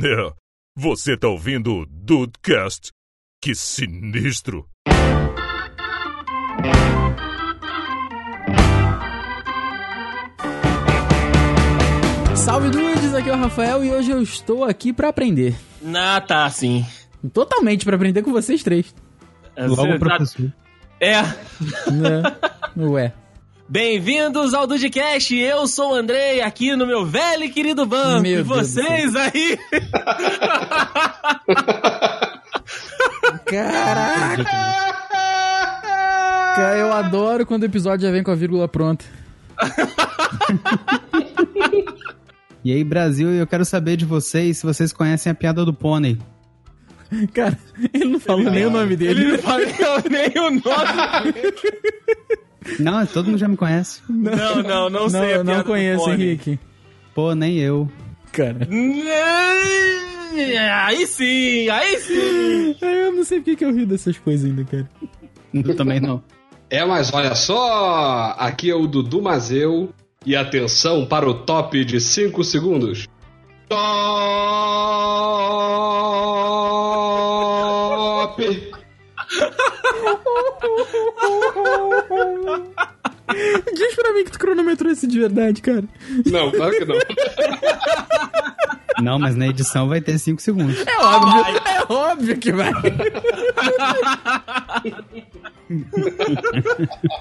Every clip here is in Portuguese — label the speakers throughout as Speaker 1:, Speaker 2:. Speaker 1: É, você tá ouvindo o Dudecast? Que sinistro!
Speaker 2: Salve dudes, aqui é o Rafael e hoje eu estou aqui pra aprender.
Speaker 3: Ah, tá, sim.
Speaker 2: Totalmente pra aprender com vocês três.
Speaker 3: Você tá-
Speaker 4: professor.
Speaker 3: É.
Speaker 2: Né? Ué.
Speaker 3: Bem-vindos ao Dudcast, eu sou o Andrei, aqui no meu velho e querido banco.
Speaker 2: Meu
Speaker 3: e
Speaker 2: Deus do
Speaker 3: vocês aí?
Speaker 2: Cara, eu adoro quando o episódio já vem com a vírgula pronta.
Speaker 4: E aí, Brasil, eu quero saber de vocês se vocês conhecem a piada do pônei.
Speaker 2: Cara, ele não falou nem o nome dele.
Speaker 3: Ele não falou nem o nome.
Speaker 4: Não, todo mundo já me conhece.
Speaker 3: Não, não, não,
Speaker 2: Não,
Speaker 3: sei. a
Speaker 2: eu
Speaker 3: piada
Speaker 2: não
Speaker 3: do
Speaker 2: conheço,
Speaker 3: pônei.
Speaker 2: Henrique.
Speaker 4: Pô, nem eu.
Speaker 2: Cara,
Speaker 3: Aí sim, aí sim.
Speaker 2: eu não sei porque que eu ri dessas coisas ainda, cara.
Speaker 4: Eu também não.
Speaker 5: É, mas olha só! Aqui é o Dudu Mazeu e atenção para o top de 5 segundos. Top!
Speaker 2: Diz pra mim que tu cronometrou esse de verdade, cara.
Speaker 5: Não, claro que não.
Speaker 4: Não, mas na edição vai ter 5 segundos.
Speaker 2: É óbvio, é óbvio que vai.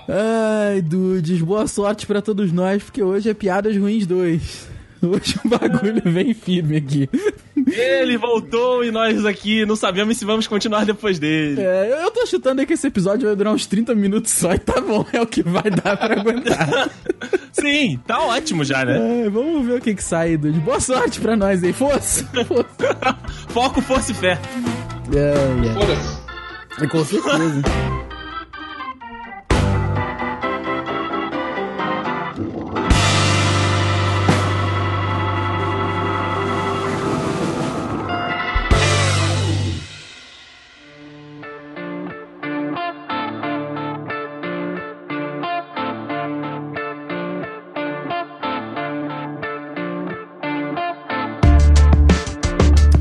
Speaker 2: Ai, dudes, boa sorte pra todos nós, porque hoje é Piadas Ruins 2. Hoje o bagulho vem firme aqui.
Speaker 3: Ele voltou e nós aqui não sabemos se vamos continuar depois dele.
Speaker 2: É, eu tô chutando aí que esse episódio vai durar uns 30 minutos só e tá bom, é o que vai dar pra aguentar.
Speaker 3: Sim, tá ótimo já, né?
Speaker 2: É, vamos ver o que que sai, dude. Boa sorte pra nós aí, força! força.
Speaker 3: Foco, força e fé.
Speaker 2: É,
Speaker 5: Foda-se.
Speaker 2: é, com certeza.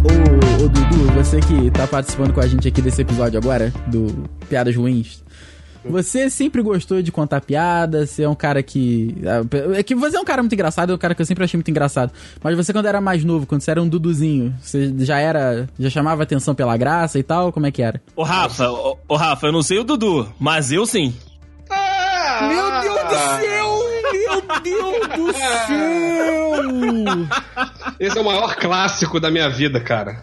Speaker 2: Ô, ô Dudu, você que tá participando com a gente aqui desse episódio agora, do Piadas Ruins. Você sempre gostou de contar piadas, você é um cara que. É que você é um cara muito engraçado, é um cara que eu sempre achei muito engraçado. Mas você, quando era mais novo, quando você era um Duduzinho, você já era. já chamava atenção pela graça e tal? Como é que era?
Speaker 3: Ô Rafa, ô, ô, Rafa, eu não sei o Dudu, mas eu sim.
Speaker 5: Meu
Speaker 2: Meu Deus do céu!
Speaker 5: Esse é o maior clássico da minha vida, cara.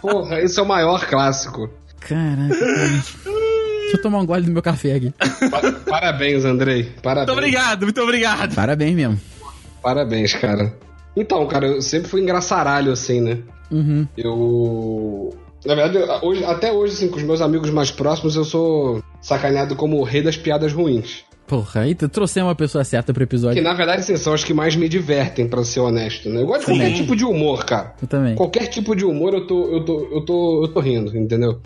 Speaker 5: Porra, esse é o maior clássico.
Speaker 2: Caraca. Deixa eu tomar um gole do meu café aqui.
Speaker 5: Pa- Parabéns, Andrei. Parabéns.
Speaker 3: Muito obrigado, muito obrigado.
Speaker 2: Parabéns mesmo.
Speaker 5: Parabéns, cara. Então, cara, eu sempre fui engraçaralho, assim, né?
Speaker 2: Uhum.
Speaker 5: Eu. Na verdade, eu- hoje- até hoje, assim, com os meus amigos mais próximos, eu sou sacaneado como o rei das piadas ruins.
Speaker 2: Porra, aí tu trouxe uma pessoa certa pro
Speaker 5: Que
Speaker 2: episódio.
Speaker 5: na verdade, assim, são as que mais me divertem, pra ser honesto, né? Eu gosto de
Speaker 3: Sim.
Speaker 5: qualquer tipo de humor, cara.
Speaker 2: Eu também.
Speaker 5: Qualquer tipo de humor eu tô, eu tô, eu tô, eu tô rindo, entendeu?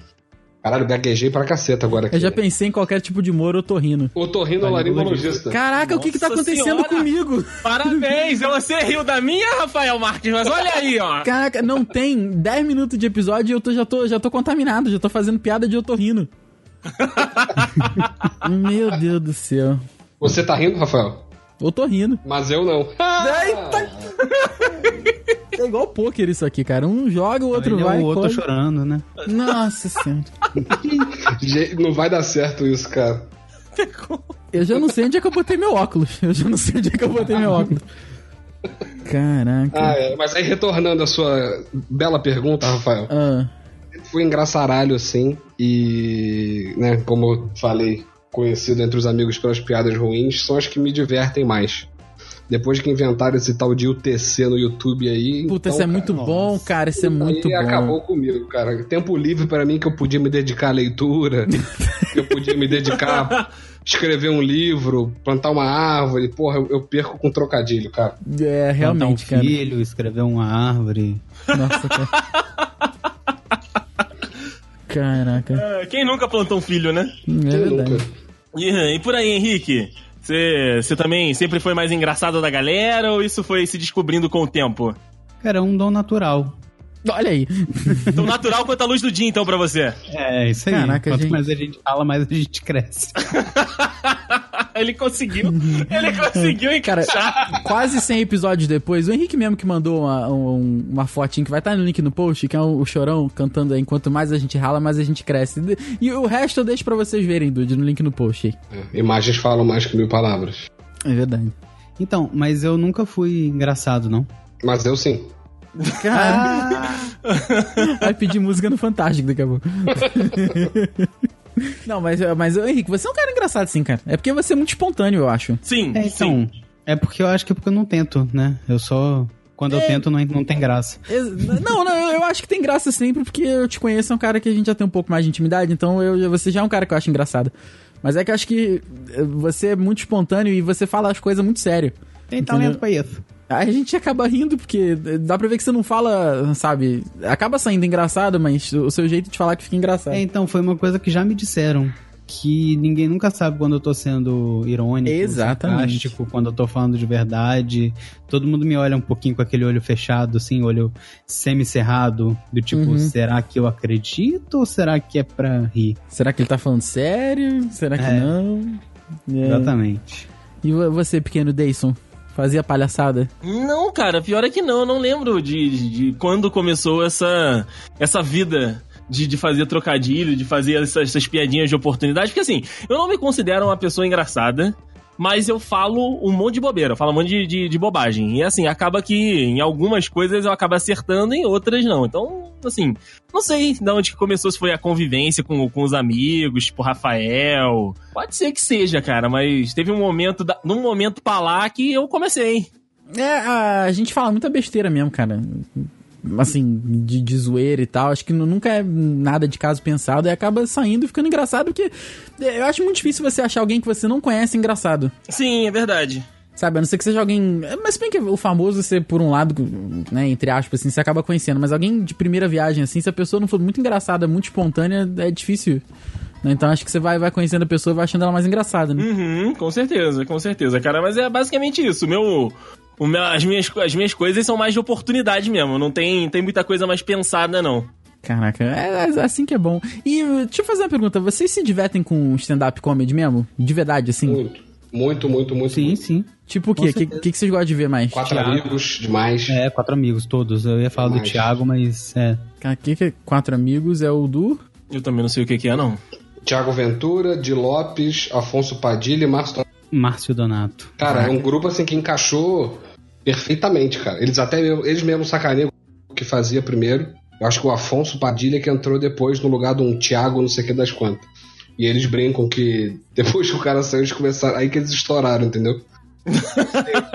Speaker 5: Caralho, gaguejei pra caceta agora aqui.
Speaker 2: Eu já pensei em qualquer tipo de humor, eu tô rindo.
Speaker 5: Eu tô rindo laringologista.
Speaker 2: Caraca, o que que tá
Speaker 3: Nossa
Speaker 2: acontecendo
Speaker 3: senhora!
Speaker 2: comigo?
Speaker 3: Parabéns, você riu da minha, Rafael Marques, mas olha aí,
Speaker 4: Ah.
Speaker 3: ó.
Speaker 2: Caraca, não tem 10 minutos de episódio e eu tô, já, tô, já tô contaminado, já tô fazendo piada de eu tô rindo. Meu Deus do céu.
Speaker 5: Você tá rindo, Rafael?
Speaker 2: Eu tô rindo.
Speaker 5: Mas eu não.
Speaker 2: Eita! É igual pôquer isso aqui, cara. Um joga, o outro
Speaker 4: Ele é
Speaker 2: vai.
Speaker 4: o outro
Speaker 2: corre.
Speaker 4: chorando, né?
Speaker 2: Nossa senhora.
Speaker 5: Je- Não vai dar certo isso, cara.
Speaker 2: Eu já não sei onde é que eu botei meu óculos. Eu já não sei onde é que eu botei meu óculos. Caraca.
Speaker 5: Ah, é. Mas aí, retornando à sua bela pergunta, Rafael.
Speaker 2: Ah.
Speaker 5: fui engraçaralho, assim, e, né, como eu falei, conhecido entre os amigos pelas piadas ruins, são as que me divertem mais. Depois que inventaram esse tal de UTC no YouTube aí.
Speaker 2: Puta,
Speaker 5: então,
Speaker 2: isso é
Speaker 5: cara,
Speaker 2: muito bom, cara. Isso é muito
Speaker 5: aí
Speaker 2: bom.
Speaker 5: acabou comigo, cara. Tempo livre pra mim que eu podia me dedicar à leitura, que eu podia me dedicar a escrever um livro, plantar uma árvore. Porra, eu, eu perco com trocadilho, cara.
Speaker 2: É, realmente,
Speaker 5: tá
Speaker 4: Plantar um
Speaker 2: cara.
Speaker 4: filho, escrever uma árvore.
Speaker 2: Nossa, cara. Caraca.
Speaker 3: É, Quem nunca plantou um filho, né?
Speaker 2: É
Speaker 5: Quem
Speaker 2: verdade.
Speaker 5: nunca?
Speaker 3: E, e por aí, Henrique? Você também sempre foi mais engraçado da galera ou isso foi se descobrindo com o tempo?
Speaker 4: era um dom natural.
Speaker 2: Olha aí.
Speaker 3: Tão Então, natural quanto a luz do dia, então, pra você.
Speaker 4: É, isso aí.
Speaker 2: Caraca,
Speaker 4: Quanto
Speaker 2: gente.
Speaker 4: mais a gente fala, mais a gente cresce.
Speaker 3: Ele conseguiu. Ele conseguiu
Speaker 2: Cara,
Speaker 3: encaixar.
Speaker 2: quase 100 episódios depois, o Henrique mesmo que mandou uma, um- uma fotinha que vai estar no link no post, que é o, o Chorão cantando aí, enquanto mais a gente rala, mais a gente cresce. De- E o resto eu deixo pra vocês verem, Dude, no link no post aí.
Speaker 5: É, Imagens falam mais que mil palavras.
Speaker 2: É verdade.
Speaker 4: Então, mas eu nunca fui engraçado, não.
Speaker 5: Mas eu sim.
Speaker 2: Cara, vai pedir música no Fantástico daqui a pouco. Não, mas, mas ô, Henrique, você é um cara engraçado sim, cara. É porque você é muito espontâneo, eu acho.
Speaker 3: Sim,
Speaker 4: É,
Speaker 3: sim.
Speaker 4: então, é porque eu acho que é porque eu não tento, né? Eu só. Quando
Speaker 2: É.
Speaker 4: eu tento, não, não tem graça.
Speaker 2: Ex- Não, não, eu acho que tem graça sempre, porque eu te conheço, é um cara que a gente já tem um pouco mais de intimidade, então eu, você já é um cara que eu acho engraçado. Mas é que eu acho que eh, você é muito espontâneo e você fala as coisas muito sério.
Speaker 4: Tem
Speaker 2: talento
Speaker 4: pra isso.
Speaker 2: Aí a gente acaba rindo, porque eh, dá pra ver que você não fala, sabe? Acaba saindo engraçado, mas o seu jeito de falar que fica engraçado.
Speaker 4: É, então, foi uma coisa que já me disseram. Que ninguém nunca sabe quando eu tô sendo irônico,
Speaker 2: Exatamente.
Speaker 4: sarcástico, quando eu tô falando de verdade. Todo mundo me olha um pouquinho com aquele olho fechado, assim, olho semicerrado, do tipo,
Speaker 2: Uhum.
Speaker 4: será que eu acredito ou será que é pra rir?
Speaker 2: Será que ele tá falando sério? Será que
Speaker 4: É.
Speaker 2: não? É.
Speaker 4: Exatamente.
Speaker 2: E vo- você, pequeno Dayson, fazia palhaçada?
Speaker 3: Não, cara, pior é que não. Eu não lembro de, de quando começou essa, essa vida de, de fazer trocadilho, de fazer essas, essas piadinhas de oportunidade. Porque assim, eu não me considero uma pessoa engraçada, mas eu falo um monte de bobeira, eu falo um monte de, de, de bobagem. E assim, acaba que em algumas coisas eu acabo acertando, em outras não. Então, assim, não sei de onde que começou, se foi a convivência com, com os amigos, tipo Rafael. Pode ser que seja, cara, mas teve um momento, da, num momento pra lá que eu comecei.
Speaker 2: É, a gente fala muita besteira mesmo, cara. Assim, de, de zoeira e tal. Acho que nu- nunca é nada de caso pensado e acaba saindo ficando engraçado, porque é, eu acho muito difícil você achar alguém que você não conhece engraçado.
Speaker 3: Sim, é verdade.
Speaker 2: Sabe, a não ser que seja alguém. é, Mas se bem que o famoso, você, por um lado, né, entre aspas, assim, você acaba conhecendo, mas alguém de primeira viagem, assim, se a pessoa não for muito engraçada, muito espontânea, é difícil. né? Então acho que você vai, vai conhecendo a pessoa e vai achando ela mais engraçada, né?
Speaker 3: Uhum, com certeza, com certeza, cara. Mas é basicamente isso. O meu, o meu- as, minhas, co- as minhas coisas são mais de oportunidade mesmo. Não tem, tem muita coisa mais pensada, não.
Speaker 2: Caraca, é é assim que é bom. E uh, deixa eu fazer uma pergunta: vocês se divertem com stand-up comedy mesmo? De verdade, assim?
Speaker 5: Muito. Muito, muito, muito.
Speaker 4: Sim,
Speaker 5: muito.
Speaker 4: sim.
Speaker 2: Tipo o quê? O que, que, que vocês gostam de ver mais?
Speaker 5: Quatro
Speaker 4: Thiago.
Speaker 5: amigos, demais.
Speaker 4: É, quatro amigos todos. Eu ia falar do
Speaker 5: Demais.
Speaker 4: Thiago, mas é.
Speaker 2: Aqui que é quatro amigos é o do.
Speaker 3: Eu também não sei o que, que é, não.
Speaker 5: Tiago Ventura, Di Lopes, Afonso Padilha e Márcio Tom-
Speaker 4: Márcio Donato.
Speaker 5: Cara, é um grupo assim que encaixou perfeitamente, cara. Eles até mesmo, eles mesmos sacaneiam o que fazia primeiro. Eu acho que o Afonso Padilha que entrou depois no lugar de um Thiago, não sei o que das quantas. E eles brincam que depois que o cara saiu, eles começaram. Aí que eles estouraram, entendeu?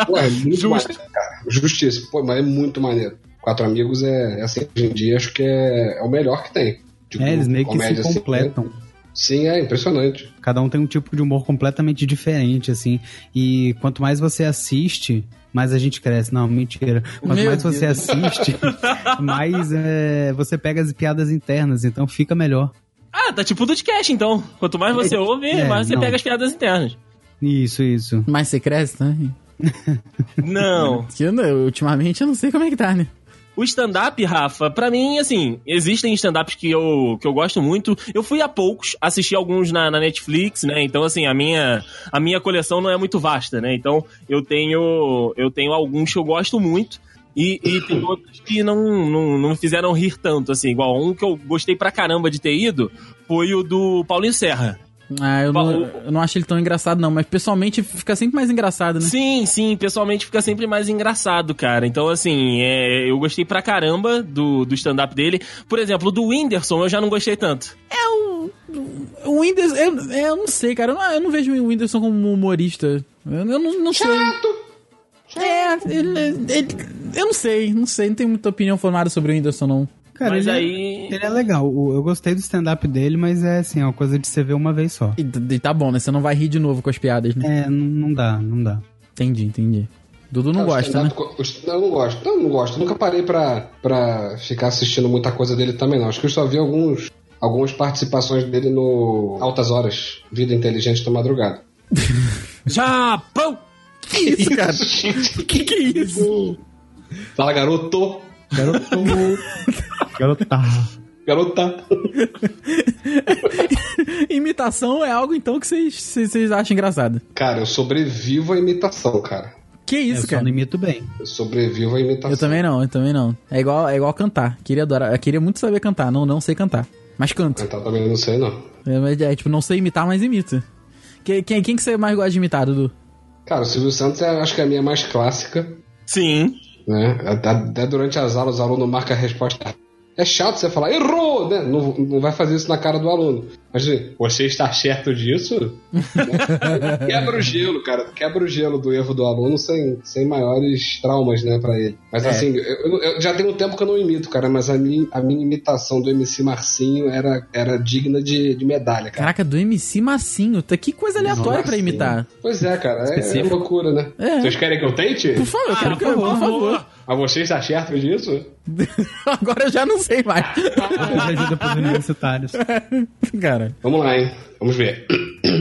Speaker 5: Pô, é muito
Speaker 3: Justo.
Speaker 5: maneiro, cara. Justiça. Pô, mas é muito maneiro. Quatro amigos é, é assim, hoje em dia acho que é, é o melhor que tem. Tipo,
Speaker 4: É, eles meio que
Speaker 5: comédia,
Speaker 4: se
Speaker 5: assim, né?
Speaker 4: completam.
Speaker 5: Sim, é impressionante.
Speaker 4: Cada um tem um tipo de humor completamente diferente, assim. E quanto mais você assiste, mais a gente cresce. Não, mentira. Quanto
Speaker 2: Meu
Speaker 4: mais você assiste, mais é, você pega as piadas internas. Então fica melhor.
Speaker 3: Ah, tá tipo do cash então. Quanto mais você ouve,
Speaker 4: é,
Speaker 3: mais você
Speaker 4: não.
Speaker 3: pega as piadas internas.
Speaker 4: Isso, isso.
Speaker 2: Mais você cresce, né?
Speaker 3: Não.
Speaker 2: Que eu, não- ultimamente eu não sei como é que tá, né?
Speaker 3: O stand-up, Rafa, pra mim, assim, existem stand-ups que eu, que eu gosto muito. Eu fui a poucos, assisti alguns na, na Netflix, né? Então, assim, a minha, a minha coleção não é muito vasta, né? Então, eu tenho, eu tenho alguns que eu gosto muito. E, e tem outros que não, não, não me fizeram rir tanto, assim. Igual um que eu gostei pra caramba de ter ido foi o do Paulinho Serra.
Speaker 2: Ah, eu não,
Speaker 3: Paulo-
Speaker 2: eu não acho ele tão engraçado, não, mas pessoalmente fica sempre mais engraçado, né?
Speaker 3: Sim, sim, pessoalmente fica sempre mais engraçado, cara. Então, assim, é, eu gostei pra caramba do, do stand-up dele. Por exemplo, do Whindersson eu já não gostei tanto.
Speaker 2: É O Whindersson, um, eu, eu não sei, cara. Eu não, eu não vejo o Whindersson como humorista. Eu, eu não, não sei. É, ele, ele- eu não sei, não sei, não tenho muita opinião formada sobre o Whindersson, não.
Speaker 4: Cara,
Speaker 3: Mas
Speaker 4: ele,
Speaker 3: aí.
Speaker 4: ele é legal. O- Eu gostei do stand-up dele, mas é assim, é uma coisa de você ver uma vez só.
Speaker 2: E, t- e tá bom, né? Você não vai rir de novo com as piadas, né?
Speaker 4: É, n- não dá, não dá.
Speaker 2: Entendi, entendi. Dudu não
Speaker 5: Cara, o
Speaker 2: gosta, né?
Speaker 5: stand-up co- o stand- Eu não gosto. Eu não gosto. Eu nunca parei pra, pra ficar assistindo muita coisa dele também, não. Acho que eu só vi alguns, algumas participações dele no Altas Horas, Vida Inteligente da Madrugada.
Speaker 3: Japão!
Speaker 2: Que isso, cara? que que é isso?
Speaker 5: Fala, garoto!
Speaker 4: Garoto. Garota.
Speaker 5: Garota!
Speaker 2: Imitação é algo, então, que vocês- vocês vocês acham engraçado.
Speaker 5: Cara, eu sobrevivo à imitação, cara.
Speaker 2: Que isso,
Speaker 4: eu É, só
Speaker 2: cara?
Speaker 4: não imito bem.
Speaker 5: Eu sobrevivo à imitação.
Speaker 2: Eu também não, eu também não. É igual, é igual cantar. Queria adorar, eu queria muito saber cantar, não, não sei cantar. Mas canto.
Speaker 5: Cantar Então, também não sei, não.
Speaker 2: É, mas é, tipo, não sei imitar, mas imito. Quem, quem, quem que você mais gosta de imitar, Dudu?
Speaker 5: Cara, o Silvio Santos é, acho que é a minha mais clássica,
Speaker 4: é-
Speaker 3: Sim.
Speaker 5: né? Até, até durante as aulas, o aluno marca a resposta. É chato você falar, errou, né? Não, não vai fazer isso na cara do aluno. Mas assim, você está certo disso? quebra o gelo, cara. Quebra o gelo do erro do aluno sem, sem maiores traumas, né, pra ele. Mas assim, eu, eu- eu já tem um tempo que eu não imito, cara, mas a minha, a minha imitação do MC Marcinho era, era digna de, de medalha, cara.
Speaker 2: Caraca, do MC Massinho. Tá, que coisa aleatória pra
Speaker 5: Marcinho.
Speaker 2: imitar.
Speaker 5: Pois é, cara. É, é
Speaker 4: Específico.
Speaker 5: loucura, né?
Speaker 2: É.
Speaker 5: Vocês querem que eu tente?
Speaker 2: Por favor, eu quero que eu, por favor.
Speaker 5: Mas você está certo disso?
Speaker 2: Agora eu já não sei mais.
Speaker 4: Depois ajuda pros universitários.
Speaker 2: cara.
Speaker 5: Vamos lá, hein? Vamos ver.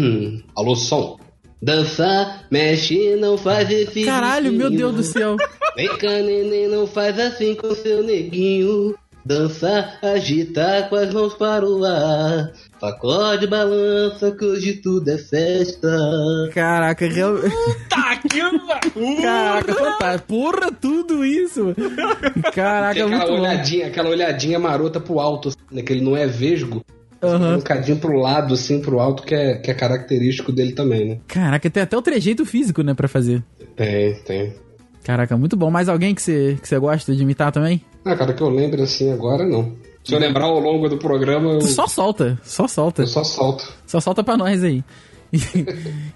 Speaker 5: Alô, som. Dança, mexe, não faz esse.
Speaker 2: Caralho, meu Deus do céu.
Speaker 5: Vem cá, neném, não faz assim com seu neguinho. Dança, agita com as mãos para o ar. Sacode, balança, que hoje tudo é festa.
Speaker 2: Caraca, real...
Speaker 3: Tá aqui,
Speaker 2: Caraca, fantástico. Porra, tudo isso. Caraca, é
Speaker 5: Tem aquela
Speaker 2: muito bom.
Speaker 5: olhadinha, aquela olhadinha marota pro alto, assim, né? Que ele não é vesgo.
Speaker 2: Aham.
Speaker 5: Um cadinho pro lado, assim, pro alto, que é, que é característico dele também, né?
Speaker 2: Caraca, tem até o trejeito físico, né, pra fazer.
Speaker 5: Tem, tem.
Speaker 2: Caraca, muito bom. Mais alguém que você que você gosta de imitar também?
Speaker 5: Ah, cara, que eu lembro assim agora, não. Se eu lembrar ao longo do programa, eu,
Speaker 2: Só Hum. solta, só solta.
Speaker 5: eu só solto.
Speaker 2: Só solta pra nós aí.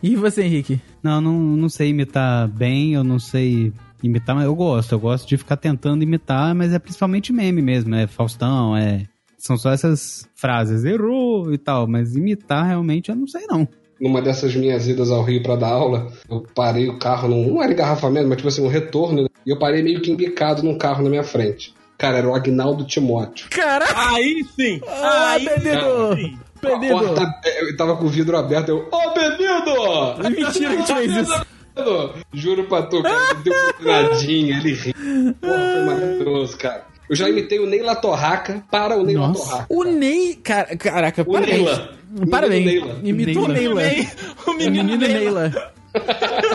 Speaker 2: e você, Henrique?
Speaker 4: Não, não, não sei imitar bem, eu não sei imitar, mas eu gosto. Eu gosto de ficar tentando imitar, mas é principalmente meme mesmo. É Faustão, é. São só essas frases, errou e tal, mas imitar realmente eu não sei não.
Speaker 5: Numa dessas minhas idas ao Rio pra dar aula, eu parei o carro num. Não era engarrafamento, mas tipo assim, um retorno, né? E eu parei meio que embicado num carro na minha frente. Cara, era o Agnaldo Timóteo.
Speaker 2: Caraca,
Speaker 3: Aí sim.
Speaker 2: ah,
Speaker 3: Aí
Speaker 2: pedido!
Speaker 3: sim.
Speaker 5: A
Speaker 2: Pedido!
Speaker 5: porta- é, eu tava com o vidro aberto, eu. Ô, Benildo!
Speaker 2: Mentira que fez isso.
Speaker 5: Benildo! Juro pra tu, cara, deu um gradinho, ele riu. Porra, foi maravilhoso, cara. Eu já imitei o Neila Torraca para o Neila
Speaker 4: Nossa.
Speaker 5: Torraca.
Speaker 2: O Ney, cara, caraca,
Speaker 5: O
Speaker 2: parabéns.
Speaker 5: Neila.
Speaker 2: Parabéns.
Speaker 5: Menino Neila.
Speaker 2: Imitou o Neila.
Speaker 4: Neila.
Speaker 3: O
Speaker 2: O menino
Speaker 3: menino Neila.
Speaker 2: Neila.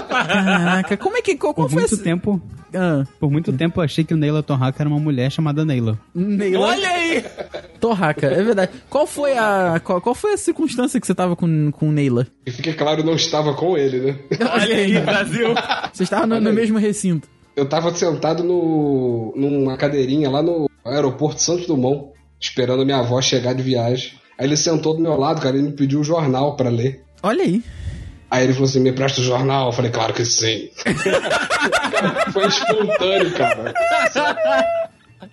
Speaker 2: Caraca, como é que qual, qual
Speaker 4: Por
Speaker 2: foi
Speaker 4: muito
Speaker 2: esse?
Speaker 4: tempo,
Speaker 2: Ah,
Speaker 4: por muito tempo eu achei que o Neila Torraca era uma mulher chamada Neila.
Speaker 2: Neila.
Speaker 3: Olha aí.
Speaker 2: Torraca, é verdade. Qual foi a qual, qual foi a circunstância que você tava com com o Neila?
Speaker 5: E fica claro, eu não estava com ele, né?
Speaker 3: Olha aí, Brasil.
Speaker 2: Você estava no, no mesmo recinto.
Speaker 5: Eu tava sentado no, numa cadeirinha lá no aeroporto Santos Dumont, esperando minha avó chegar de viagem. Aí ele sentou do meu lado, cara, e me pediu um jornal pra ler.
Speaker 2: Olha aí.
Speaker 5: Aí ele falou assim: me presta o jornal? Eu falei, claro que sim. Cara, Foi espontâneo, cara.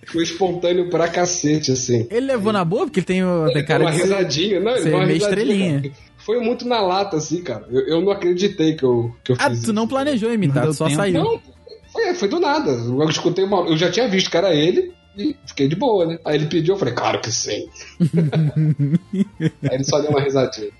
Speaker 5: Foi espontâneo pra cacete, assim.
Speaker 2: Ele levou na boa, porque ele tem, o- tem cara
Speaker 5: uma
Speaker 2: de ser-
Speaker 5: risadinha, não, ele
Speaker 2: você
Speaker 5: deu uma
Speaker 2: é meio
Speaker 5: risadinha,
Speaker 2: estrelinha.
Speaker 5: cara. Foi muito na lata, assim, cara. Eu, eu não acreditei que eu, que eu
Speaker 2: Ah,
Speaker 5: fiz
Speaker 2: tu não
Speaker 5: isso.
Speaker 2: planejou imitar,
Speaker 4: Não
Speaker 2: tu
Speaker 4: deu
Speaker 2: só
Speaker 4: tempo.
Speaker 2: saiu.
Speaker 5: Não, foi, foi do nada. Eu escutei uma. Eu já tinha visto que era ele e fiquei de boa, né? Aí ele pediu, eu falei, claro que sim. Aí ele só deu uma risadinha.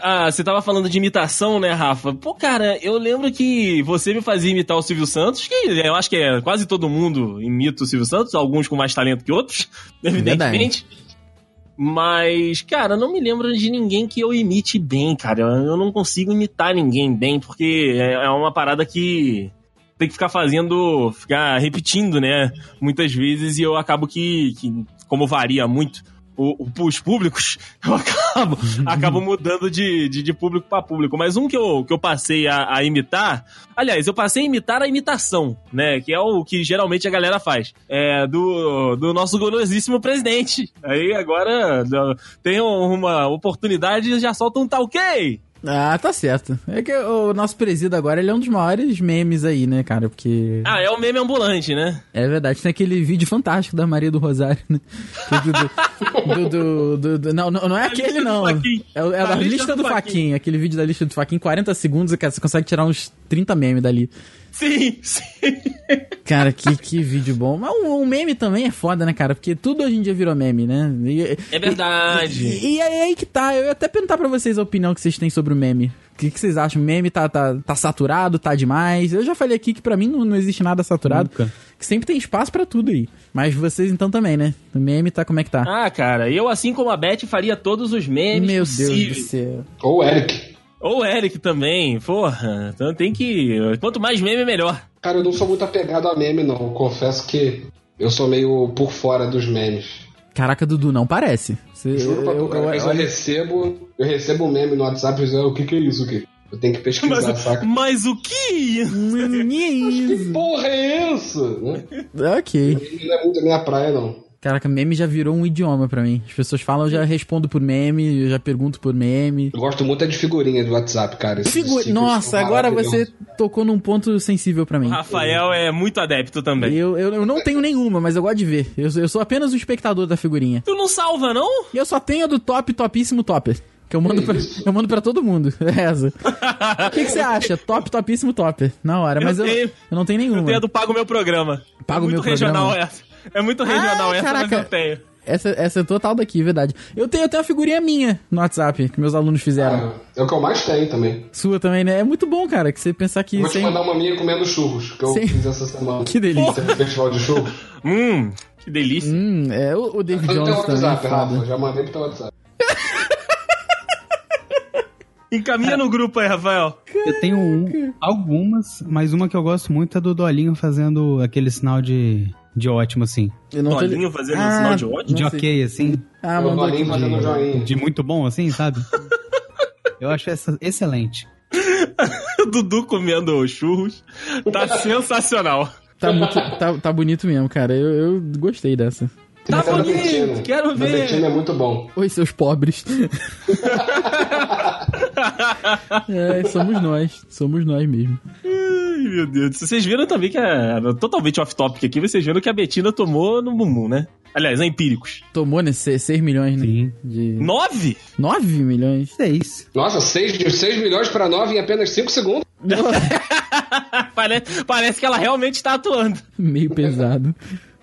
Speaker 3: Ah, você tava falando de imitação, né, Rafa? Pô, cara, eu lembro que você me fazia imitar o Silvio Santos, que eu acho que é quase todo mundo imita o Silvio Santos, alguns com mais talento que outros, evidentemente. Mas, cara, não me lembro de ninguém que eu imite bem, cara. Eu eu não consigo imitar ninguém bem, porque é é uma parada que tem que ficar fazendo, ficar repetindo, né? Muitas vezes e eu acabo que, que como varia muito o- o- os públicos, eu acabo acabo mudando de, de, de público pra público. Mas um que eu, que eu passei a, a imitar, aliás, eu passei a imitar a imitação, né? Que é o que geralmente a galera faz. É do, do nosso golosíssimo presidente. Aí agora da- tem uma oportunidade e já solta um tá ok.
Speaker 2: Ah, tá certo. É que o nosso presídio agora, ele é um dos maiores memes aí, né, cara? Porque
Speaker 3: Ah, é o meme ambulante, né?
Speaker 2: é verdade, tem aquele vídeo fantástico da Maria do Rosário, né? Do, do, do- do- do- não, não, não é aquele,
Speaker 3: lista do
Speaker 2: não.
Speaker 3: Faquin.
Speaker 2: É, o- é
Speaker 3: A
Speaker 2: da
Speaker 3: lista
Speaker 2: lista
Speaker 3: do
Speaker 2: do
Speaker 3: Faquin.
Speaker 2: Faquin, aquele vídeo da lista do Faquin, 40 segundos, cara, você consegue tirar uns 30 memes dali.
Speaker 3: Sim, sim.
Speaker 2: Cara, que, que vídeo bom. Mas um, um meme também é foda, né, cara? Porque tudo hoje em dia virou meme, né? E-
Speaker 3: É verdade.
Speaker 2: E, e aí aí que tá, eu ia até perguntar pra vocês a opinião que vocês têm sobre o meme. O que, que vocês acham? O meme tá, tá, tá saturado, tá demais? Eu já falei aqui que pra mim não, não existe nada saturado,
Speaker 4: Nunca.
Speaker 2: que sempre tem espaço pra tudo aí. Mas vocês então também, né? O meme tá como é que tá?
Speaker 3: Ah, cara, eu assim como a Beth faria todos os memes
Speaker 2: Meu Deus do
Speaker 3: possíveis.
Speaker 2: céu.
Speaker 5: Ou Eric.
Speaker 3: Ou o Eric também, porra. Então tem que. Quanto mais meme, melhor.
Speaker 5: Cara, eu não sou muito apegado a meme, não. Confesso que eu sou meio por fora dos memes.
Speaker 2: Caraca, Dudu, não parece. Você-
Speaker 5: Juro pra tu, cara.
Speaker 2: eu-
Speaker 5: Às vezes eu,
Speaker 2: olha-
Speaker 5: recebo, eu recebo um meme no WhatsApp e digo, o que que é isso aqui? Eu tenho que pesquisar,
Speaker 3: Mas,
Speaker 5: saca?
Speaker 3: mas o que?
Speaker 2: um
Speaker 5: Que
Speaker 2: Menino.
Speaker 5: porra é isso? Né?
Speaker 2: ok.
Speaker 5: Não é muito da minha praia, não.
Speaker 2: Caraca, meme já virou um idioma pra mim. As pessoas falam, eu já respondo por meme, eu já pergunto por meme.
Speaker 5: Eu gosto muito é de figurinha do WhatsApp, cara. Esses
Speaker 2: Figu-
Speaker 5: stickers
Speaker 2: Nossa,
Speaker 5: são
Speaker 2: agora você
Speaker 5: maravilhosos.
Speaker 2: tocou num ponto sensível pra
Speaker 3: O
Speaker 2: mim.
Speaker 3: Rafael é muito adepto também.
Speaker 2: Eu, eu, eu não tenho nenhuma, mas eu gosto de ver. Eu, sou- eu sou apenas o espectador da figurinha.
Speaker 3: Tu não salva, não?
Speaker 2: E eu só tenho a do top, topíssimo, topper. Que eu mando, pra, eu mando pra todo mundo. É essa. O que, que você acha? Top, topíssimo, topper. Na hora.
Speaker 3: Eu
Speaker 2: Mas eu,
Speaker 3: tenho.
Speaker 2: eu não tenho nenhuma.
Speaker 3: Eu tenho a do Pago Meu Programa.
Speaker 2: Pago
Speaker 3: é muito
Speaker 2: Meu
Speaker 3: regional
Speaker 2: Programa? Ah,
Speaker 3: essa. É muito regional essa,
Speaker 2: caraca.
Speaker 3: mas eu tenho.
Speaker 2: Essa, essa é total daqui, verdade. Eu tenho até uma figurinha minha no WhatsApp que meus alunos fizeram.
Speaker 5: Ah, É o que eu mais tenho também.
Speaker 2: Sua também, né? É muito bom, cara, que você pensar que.
Speaker 5: Vou te
Speaker 2: sem-
Speaker 5: mandar um- uma minha comendo churros, que eu
Speaker 2: Sim.
Speaker 5: fiz essa semana.
Speaker 2: Que delícia.
Speaker 5: Teve um festival de churros.
Speaker 3: Hum, que delícia.
Speaker 2: Hum, é o, o David
Speaker 5: Mas não tem
Speaker 2: Jones também. é
Speaker 5: um WhatsApp, Rafa.
Speaker 2: foda.
Speaker 5: Já mandei pro teu WhatsApp.
Speaker 3: Encaminha no grupo aí, Rafael.
Speaker 4: Eu tenho um- algumas, mas uma que eu gosto muito é do Dolinho fazendo aquele sinal de, de ótimo, assim.
Speaker 2: Eu não tô-
Speaker 3: Tolinho fazendo um
Speaker 2: Ah,
Speaker 3: sinal de ódio.
Speaker 4: de
Speaker 2: Não sei.
Speaker 4: ok, assim.
Speaker 2: Ah,
Speaker 5: eu
Speaker 2: mandou
Speaker 5: mandei
Speaker 2: aqui. Tá
Speaker 5: fazendo um joinha.
Speaker 4: De muito bom, assim, sabe? Eu acho essa excelente.
Speaker 3: O Dudu comendo churros. Tá sensacional.
Speaker 2: Tá, muito, tá, tá bonito mesmo, cara. Eu, eu gostei dessa.
Speaker 3: Tá
Speaker 5: Esse é da
Speaker 3: bonito,
Speaker 5: Betina.
Speaker 3: quero
Speaker 5: Da
Speaker 3: ver.
Speaker 5: Betina é muito bom.
Speaker 2: Oi, seus pobres. é, somos nós. Somos nós mesmo.
Speaker 3: Ai, meu Deus. Vocês viram também que a. Totalmente off-topic aqui, vocês viram que a Betina tomou no bumbum, né? Aliás, é empíricos.
Speaker 2: Tomou, né? 6 milhões, né?
Speaker 4: Sim.
Speaker 2: De...
Speaker 3: Nove?
Speaker 2: 9 milhões?
Speaker 4: Seis.
Speaker 5: Nossa, 6 de 6 milhões pra 9 em apenas 5 segundos.
Speaker 3: parece, parece que ela realmente tá atuando.
Speaker 2: Meio pesado.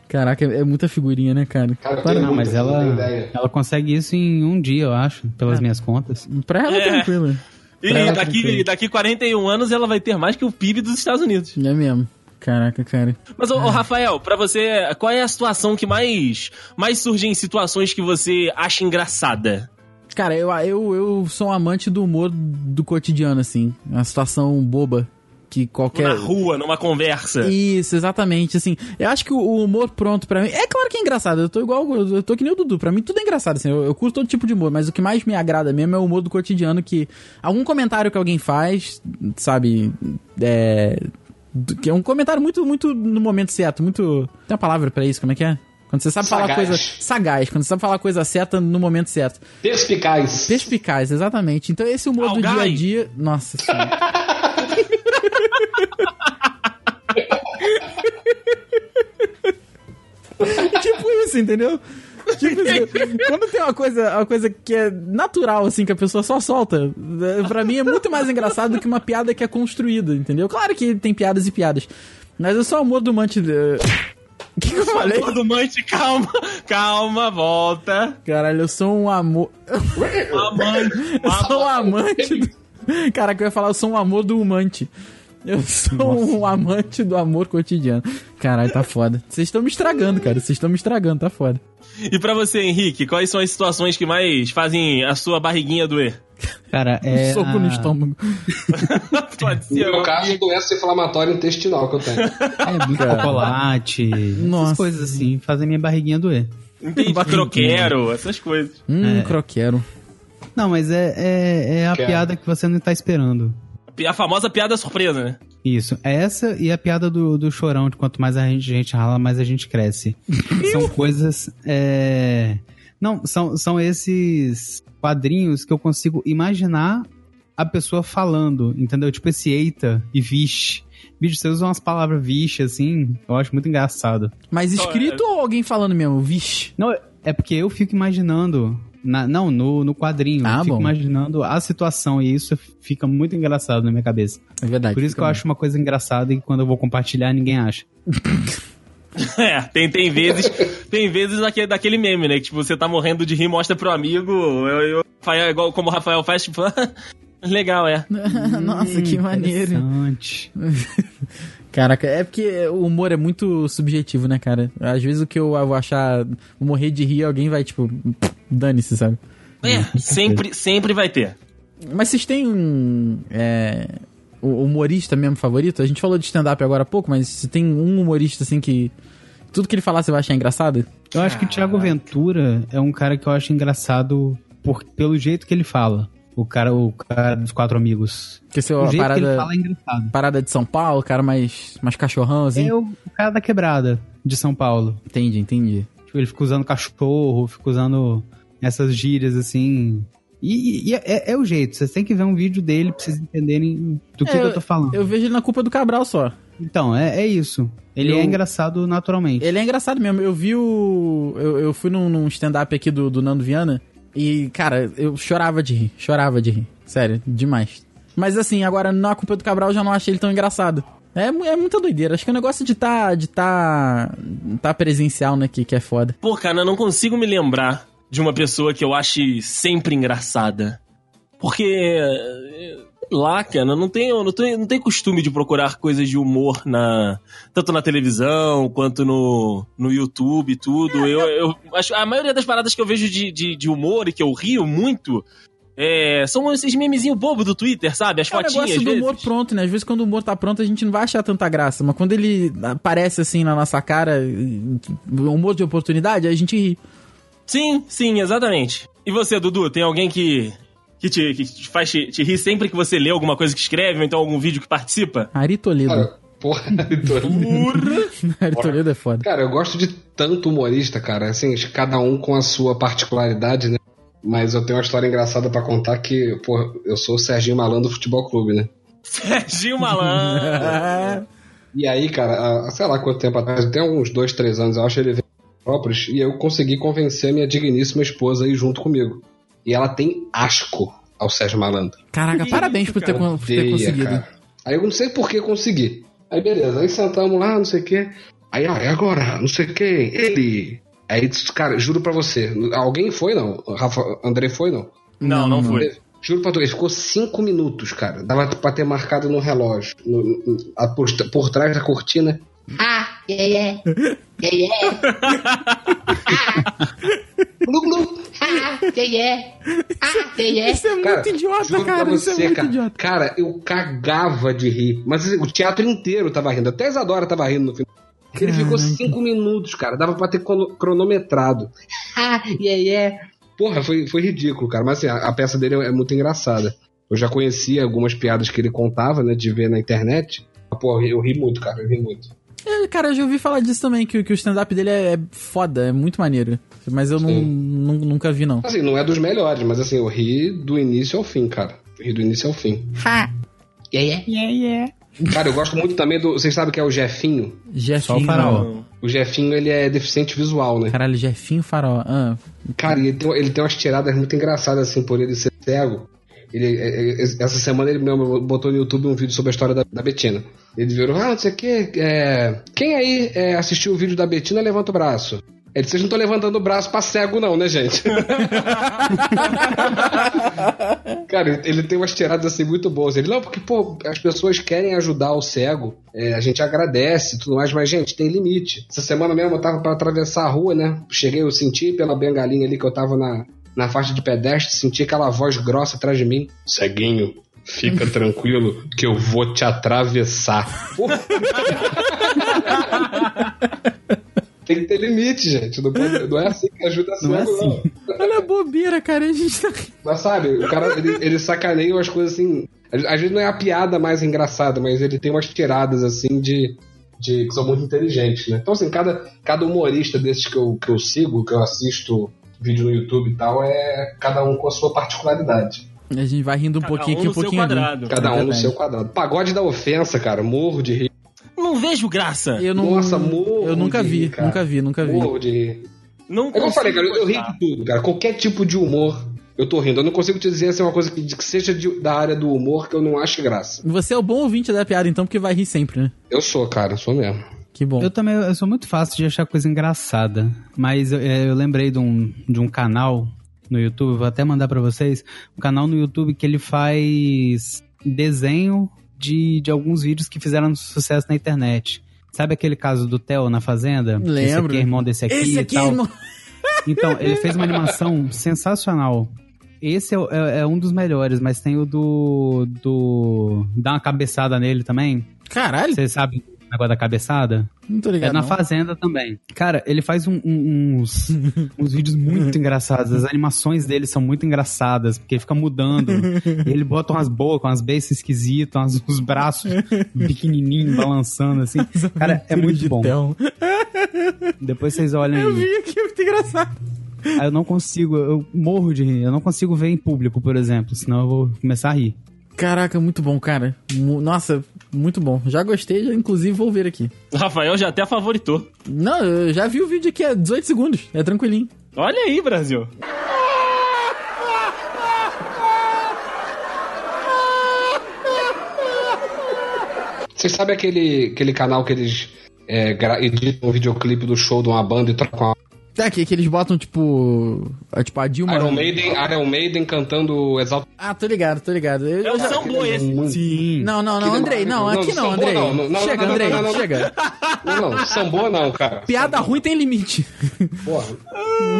Speaker 2: Caraca, é muita figurinha, né, cara?
Speaker 5: Cara,
Speaker 2: Para-
Speaker 5: tem
Speaker 4: Não, mas
Speaker 5: muita,
Speaker 4: ela,
Speaker 5: não tem ideia.
Speaker 4: ela consegue isso em um dia, eu acho, pelas minhas contas.
Speaker 2: Pra ela,
Speaker 3: É.
Speaker 2: tranquilo.
Speaker 3: E
Speaker 2: Pra ela,
Speaker 3: daqui,
Speaker 2: tranquilo.
Speaker 3: daqui 41 anos ela vai ter mais que o PIB dos Estados Unidos.
Speaker 2: É mesmo. Caraca, cara.
Speaker 3: Mas, ô, ô, Rafael, pra você, qual é a situação que mais, mais surge em situações que você acha engraçada?
Speaker 2: Cara, eu, eu, eu sou um amante do humor do cotidiano, assim. Uma situação boba que qualquer.
Speaker 3: Na rua, numa conversa.
Speaker 2: Isso, exatamente, assim. Eu acho que o- o humor pronto pra mim. É claro que é engraçado, eu tô igual. Eu tô que nem o Dudu, pra mim tudo é engraçado, assim. Eu, eu curto todo tipo de humor, mas o que mais me agrada mesmo é o humor do cotidiano que. Algum comentário que alguém faz, sabe? É. do- Que é um comentário muito, muito no momento certo, muito. Tem uma palavra pra isso, como é que é? Quando você sabe falar
Speaker 5: Sagaz.
Speaker 2: coisa. Sagaz, quando você sabe falar coisa certa no momento certo.
Speaker 5: Perspicaz.
Speaker 2: Perspicaz, exatamente. Então esse humor do dia a
Speaker 3: Algai.
Speaker 2: dia. Nossa senhora. tipo isso, entendeu? Tipo isso. Quando tem uma coisa, uma coisa que é natural, assim, que a pessoa só solta, eh, pra mim é muito mais engraçado do que uma piada que é construída, entendeu? Claro que tem piadas e piadas. Mas eu sou amor do Mante. eh, O que, que eu falei?
Speaker 3: Todo mante, calma, calma, volta.
Speaker 2: Caralho, eu sou um amor.
Speaker 3: Amante,
Speaker 2: Eu sou um amante do... Caraca, eu ia falar, eu sou um amor do humante. Eu sou um amante do amor cotidiano. Caralho, tá foda. Vocês estão me estragando, cara. Vocês estão me estragando, tá foda.
Speaker 3: E pra você, Henrique, quais são as situações que mais fazem a sua barriguinha doer?
Speaker 4: Cara, é.
Speaker 2: Um Soco no
Speaker 4: a-
Speaker 2: estômago.
Speaker 3: Pode
Speaker 5: No
Speaker 3: ser.
Speaker 5: meu caso, doença inflamatória intestinal que eu tenho.
Speaker 4: É, muito chocolate.
Speaker 2: Nossa.
Speaker 4: Essas coisas assim, fazem minha barriguinha doer.
Speaker 3: Entendi. Troqueiro, essas coisas.
Speaker 4: É.
Speaker 2: Hum, croquero.
Speaker 4: Não, mas é, é, é a
Speaker 5: Quero.
Speaker 4: piada que você não tá esperando.
Speaker 3: A famosa piada surpresa, né?
Speaker 4: Isso. É essa e a piada do, do chorão, de quanto mais a gente, gente rala, mais a gente cresce. são coisas. é, Não, são, são esses quadrinhos que eu consigo imaginar a pessoa falando, entendeu? Tipo esse eita e vixe. Bicho, você usa umas palavras vixe, assim, eu acho muito engraçado.
Speaker 2: Mas
Speaker 3: Só
Speaker 4: é.
Speaker 2: escrito ou alguém falando mesmo? Vixe.
Speaker 4: Não, é porque eu fico imaginando Na- não, no, no quadrinho.
Speaker 2: Ah,
Speaker 4: eu fico
Speaker 2: bom.
Speaker 4: imaginando a situação e isso fica muito engraçado na minha cabeça.
Speaker 2: É verdade.
Speaker 4: Por isso que eu
Speaker 2: fica
Speaker 4: acho uma coisa engraçada e quando eu vou compartilhar ninguém acha.
Speaker 3: É, tem, tem vezes, tem vezes daquele, daquele meme, né? Que tipo, você tá morrendo de rir, mostra pro amigo. Eu, eu, Rafael, é igual como o Rafael faz, tipo, legal, é.
Speaker 2: Nossa, que maneiro.
Speaker 4: Hum, Interessante.
Speaker 2: Caraca, é porque o humor é muito subjetivo, né, cara? Às vezes o que eu vou achar, vou morrer de rir, alguém vai, tipo, dane-se, sabe?
Speaker 3: É, sempre, sempre vai ter.
Speaker 2: Mas vocês têm um é, o- humorista mesmo favorito? A gente falou de stand-up agora há pouco, mas você tem um humorista assim que. Tudo que ele falar você vai achar engraçado?
Speaker 4: Eu acho que o Thiago Ventura é um cara que eu acho engraçado por, pelo jeito que ele fala. O cara, o cara dos quatro amigos.
Speaker 2: Porque se é
Speaker 4: o
Speaker 2: uma
Speaker 4: jeito que ele
Speaker 2: parada,
Speaker 4: fala é engraçado.
Speaker 2: parada de São Paulo, cara mais, mais cachorrão, assim.
Speaker 4: É o, o cara da quebrada de São Paulo.
Speaker 2: Entendi, entendi.
Speaker 4: Tipo, ele fica usando cachorro, fica usando essas gírias assim. E, e é, é o jeito, vocês têm que ver um vídeo dele pra vocês entenderem do que,
Speaker 2: É,
Speaker 4: que eu tô falando.
Speaker 2: Eu vejo ele na culpa do Cabral só.
Speaker 4: Então, é, é isso. Ele
Speaker 2: Eu-
Speaker 4: é engraçado naturalmente.
Speaker 2: Ele é engraçado mesmo. Eu vi o. Eu, eu fui num, num stand-up aqui do, do Nando Viana e, cara, eu chorava de rir. Chorava de rir. Sério, demais. Mas assim, agora na culpa do Cabral eu já não achei ele tão engraçado. É, mu- é muita doideira. Acho que o negócio de tá. de tá. tá presencial, né? Que, que é foda.
Speaker 3: Pô, cara, eu não consigo me lembrar de uma pessoa que eu ache sempre engraçada. Porque. eh, Lá, cara, eu não tenho, não tenho, não tenho costume de procurar coisas de humor na tanto na televisão quanto no, no YouTube e tudo. Eu, eu acho a maioria das paradas que eu vejo de, de, de humor e que eu rio muito é, são esses memezinhos bobo do Twitter, sabe? As
Speaker 2: É o
Speaker 3: fotinhas.
Speaker 2: negócio do
Speaker 3: às
Speaker 2: humor
Speaker 3: vezes.
Speaker 2: pronto, né? Às vezes quando o humor tá pronto a gente não vai achar tanta graça, mas quando ele aparece assim na nossa cara, humor de oportunidade, a gente ri.
Speaker 3: Sim, sim, exatamente. E você, Dudu, tem alguém que. Que te, que te faz te, te rir sempre que você lê alguma coisa que escreve, ou então algum vídeo que participa?
Speaker 2: Ari Toledo.
Speaker 5: Cara, porra, Vitor.
Speaker 3: Urra!
Speaker 2: Ari Toledo é foda.
Speaker 5: Cara, eu gosto de tanto humorista, cara. Assim, de cada um com a sua particularidade, né? Mas eu tenho uma história engraçada pra contar que, porra, eu sou o Serginho Malandro do Futebol Clube, né?
Speaker 3: Serginho Malandro!
Speaker 5: E aí, cara, há, sei lá quanto tempo atrás, até uns dois, três anos, eu acho ele veio próprios, e eu consegui convencer a minha digníssima esposa a ir junto comigo. E ela tem asco ao Sérgio Malandro.
Speaker 2: Caraca,
Speaker 3: Que
Speaker 2: parabéns
Speaker 3: isso,
Speaker 2: por ter,
Speaker 3: cara?
Speaker 2: con- por ter
Speaker 5: Odeia,
Speaker 2: conseguido.
Speaker 5: cara. Aí eu não sei por que consegui. Aí beleza, aí sentamos lá, não sei o quê. Aí, ah, e agora? Não sei quem, ele. Aí, cara, juro pra você, alguém foi não? Rafa, André foi não?
Speaker 3: Não, não foi.
Speaker 5: Juro pra tu, ele ficou cinco minutos, cara. Dava pra ter marcado no relógio, no- no- a- por, por trás da cortina.
Speaker 6: Ah, yeah, yeah. Yeah, yeah.
Speaker 5: Glu, glu.
Speaker 6: Ah, yeah, yeah. Ah, yeah, yeah.
Speaker 2: Isso é muito
Speaker 5: Cara,
Speaker 2: idiota,
Speaker 5: juro pra
Speaker 2: cara. Isso é
Speaker 5: você,
Speaker 2: muito
Speaker 5: cara.
Speaker 2: idiota.
Speaker 5: Cara, eu cagava de rir. Mas assim, o teatro inteiro tava rindo. Até a Isadora tava rindo no final. Ele ficou cinco minutos, cara. Dava pra ter crono- cronometrado.
Speaker 6: Ah, yeah, yeah.
Speaker 5: Porra, foi, foi ridículo, cara. Mas assim, a, a peça dele é muito engraçada. Eu já conhecia algumas piadas que ele contava, né, de ver na internet. Mas, Porra, eu ri muito, cara. Eu ri muito.
Speaker 2: É, cara, eu já ouvi falar disso também, que, que o stand-up dele é, é foda, é muito maneiro. Mas eu não,
Speaker 5: Sim.
Speaker 2: nun- nunca vi, não.
Speaker 5: Assim, não é dos melhores, mas assim, eu ri do início ao fim, cara. Eu Ri do início ao fim.
Speaker 6: Ha. Yeah,
Speaker 3: é,
Speaker 6: yeah.
Speaker 5: Cara, eu gosto muito também do. Vocês sabem que é o Jefinho?
Speaker 4: Só o
Speaker 2: Jefinho.
Speaker 4: farol.
Speaker 5: O Jefinho, ele é deficiente visual, né?
Speaker 2: Caralho, Jefinho Farol. Ah,
Speaker 5: Cara, e ele tem, ele tem umas tiradas muito engraçadas, assim, por ele ser cego. Ele, é, é, essa semana ele mesmo botou no YouTube um vídeo sobre a história da, da Betina. Ele virou, ah, não sei o quê, é, quem aí é, assistiu o vídeo da Betina, levanta o braço. Ele disse, vocês não estão levantando o braço pra cego não, né, gente? Cara, ele tem umas tiradas assim muito boas. Ele, não, porque, pô, as pessoas querem ajudar o cego, é, a gente agradece e tudo mais, mas, gente, tem limite. Essa semana mesmo eu tava pra atravessar a rua, né? Cheguei, eu senti pela bengalinha ali que eu tava na, na faixa de pedestre, senti aquela voz grossa atrás de mim. Ceguinho, fica tranquilo que eu vou te atravessar. Porra. Tem que ter limite, gente. Não, pode- não é assim que ajuda cego,
Speaker 4: Não é assim.
Speaker 5: não.
Speaker 2: olha a bobeira, cara. A gente tá...
Speaker 5: Mas sabe, o cara, ele, ele sacaneia umas coisas assim. Às às vezes não é a piada mais engraçada, mas ele tem umas tiradas assim de. de que são muito inteligentes, né? Então, assim, cada, cada humorista desses que eu, que eu sigo, que eu assisto vídeo no YouTube e tal, é cada um com a sua particularidade.
Speaker 2: A gente vai rindo um
Speaker 3: Cada
Speaker 2: pouquinho
Speaker 3: um
Speaker 2: aqui, um
Speaker 3: no seu
Speaker 2: pouquinho ali.
Speaker 3: quadrado.
Speaker 5: Cada
Speaker 2: É
Speaker 5: um no
Speaker 2: verdade.
Speaker 5: seu quadrado. Pagode da ofensa, cara. Morro de rir.
Speaker 3: Não vejo graça.
Speaker 2: Eu não,
Speaker 5: Nossa, morro
Speaker 2: Eu nunca
Speaker 5: de
Speaker 2: vi,
Speaker 5: rir, cara.
Speaker 2: nunca vi, nunca vi.
Speaker 5: Morro de rir.
Speaker 3: Não
Speaker 5: É como eu falei, cara, eu, eu ri
Speaker 3: gostar.
Speaker 5: de tudo, cara. Qualquer tipo de humor, eu tô rindo. Eu não consigo te dizer se é uma coisa que, que seja de- da área do humor que eu não ache graça.
Speaker 2: Você é o bom ouvinte da piada, então, porque vai rir sempre, né?
Speaker 5: Eu sou, cara, sou mesmo.
Speaker 2: Que bom.
Speaker 4: Eu também eu sou muito fácil de achar coisa engraçada. Mas eu, é, eu lembrei de um, de um canal no YouTube, vou até mandar pra vocês. Um canal no YouTube que ele faz desenho de, de alguns vídeos que fizeram sucesso na internet. Sabe aquele caso do Theo na Fazenda?
Speaker 2: Lembro.
Speaker 4: Esse aqui é irmão desse aqui
Speaker 2: Esse
Speaker 4: e
Speaker 2: aqui,
Speaker 4: tal.
Speaker 2: irmão.
Speaker 4: Então, ele fez uma animação sensacional. Esse é, o- é- é um dos melhores, mas tem o do. do. Dá uma cabeçada nele também.
Speaker 2: Caralho,
Speaker 4: Vocês sabem o negócio da cabeçada?
Speaker 2: não tô
Speaker 4: É
Speaker 2: ligado.
Speaker 4: na
Speaker 2: não.
Speaker 4: Fazenda também. Cara, ele faz um- um- uns, uns vídeos muito engraçados. As animações dele são muito engraçadas, porque ele fica mudando. E ele bota umas bocas, umas bestas esquisitas, umas- uns braços pequenininhos balançando, assim. Cara, é muito bom.
Speaker 2: Então,
Speaker 4: Depois vocês olhem
Speaker 2: Eu
Speaker 4: aí.
Speaker 2: vi aqui, muito engraçado.
Speaker 4: Aí eu não consigo, eu morro de rir. Eu não consigo ver em público, por exemplo, senão eu vou começar a rir.
Speaker 2: Caraca, muito bom, cara. Mu- Nossa, muito bom. Já gostei, já, inclusive vou ver aqui.
Speaker 3: Rafael já até favoritou.
Speaker 2: Não, eu já vi o vídeo aqui há 18 segundos. É tranquilinho.
Speaker 3: Olha aí, Brasil.
Speaker 5: Vocês sabem aquele, aquele canal que eles é, gra- editam um videoclipe do show de uma banda e trocam
Speaker 2: Tá aqui, que eles botam, tipo. a- Tipo, a Dilma.
Speaker 5: a Iron Maiden, Iron Maiden cantando Exalta.
Speaker 2: Ah, tô ligado, tô ligado. Eu-
Speaker 3: É o
Speaker 2: eu já-
Speaker 3: Sambo esse.
Speaker 4: Sim.
Speaker 2: Não, não, não,
Speaker 5: Que
Speaker 2: Andrei,
Speaker 5: demais,
Speaker 2: não,
Speaker 5: cara.
Speaker 2: aqui
Speaker 5: Não,
Speaker 2: não,
Speaker 5: Sambo
Speaker 2: Andrei.
Speaker 5: não, não, não,
Speaker 2: Chega,
Speaker 5: não, não,
Speaker 2: Andrei,
Speaker 5: não, não, não.
Speaker 2: chega.
Speaker 5: Não, não, samboa não, cara.
Speaker 2: Piada ruim tem limite.
Speaker 5: Porra,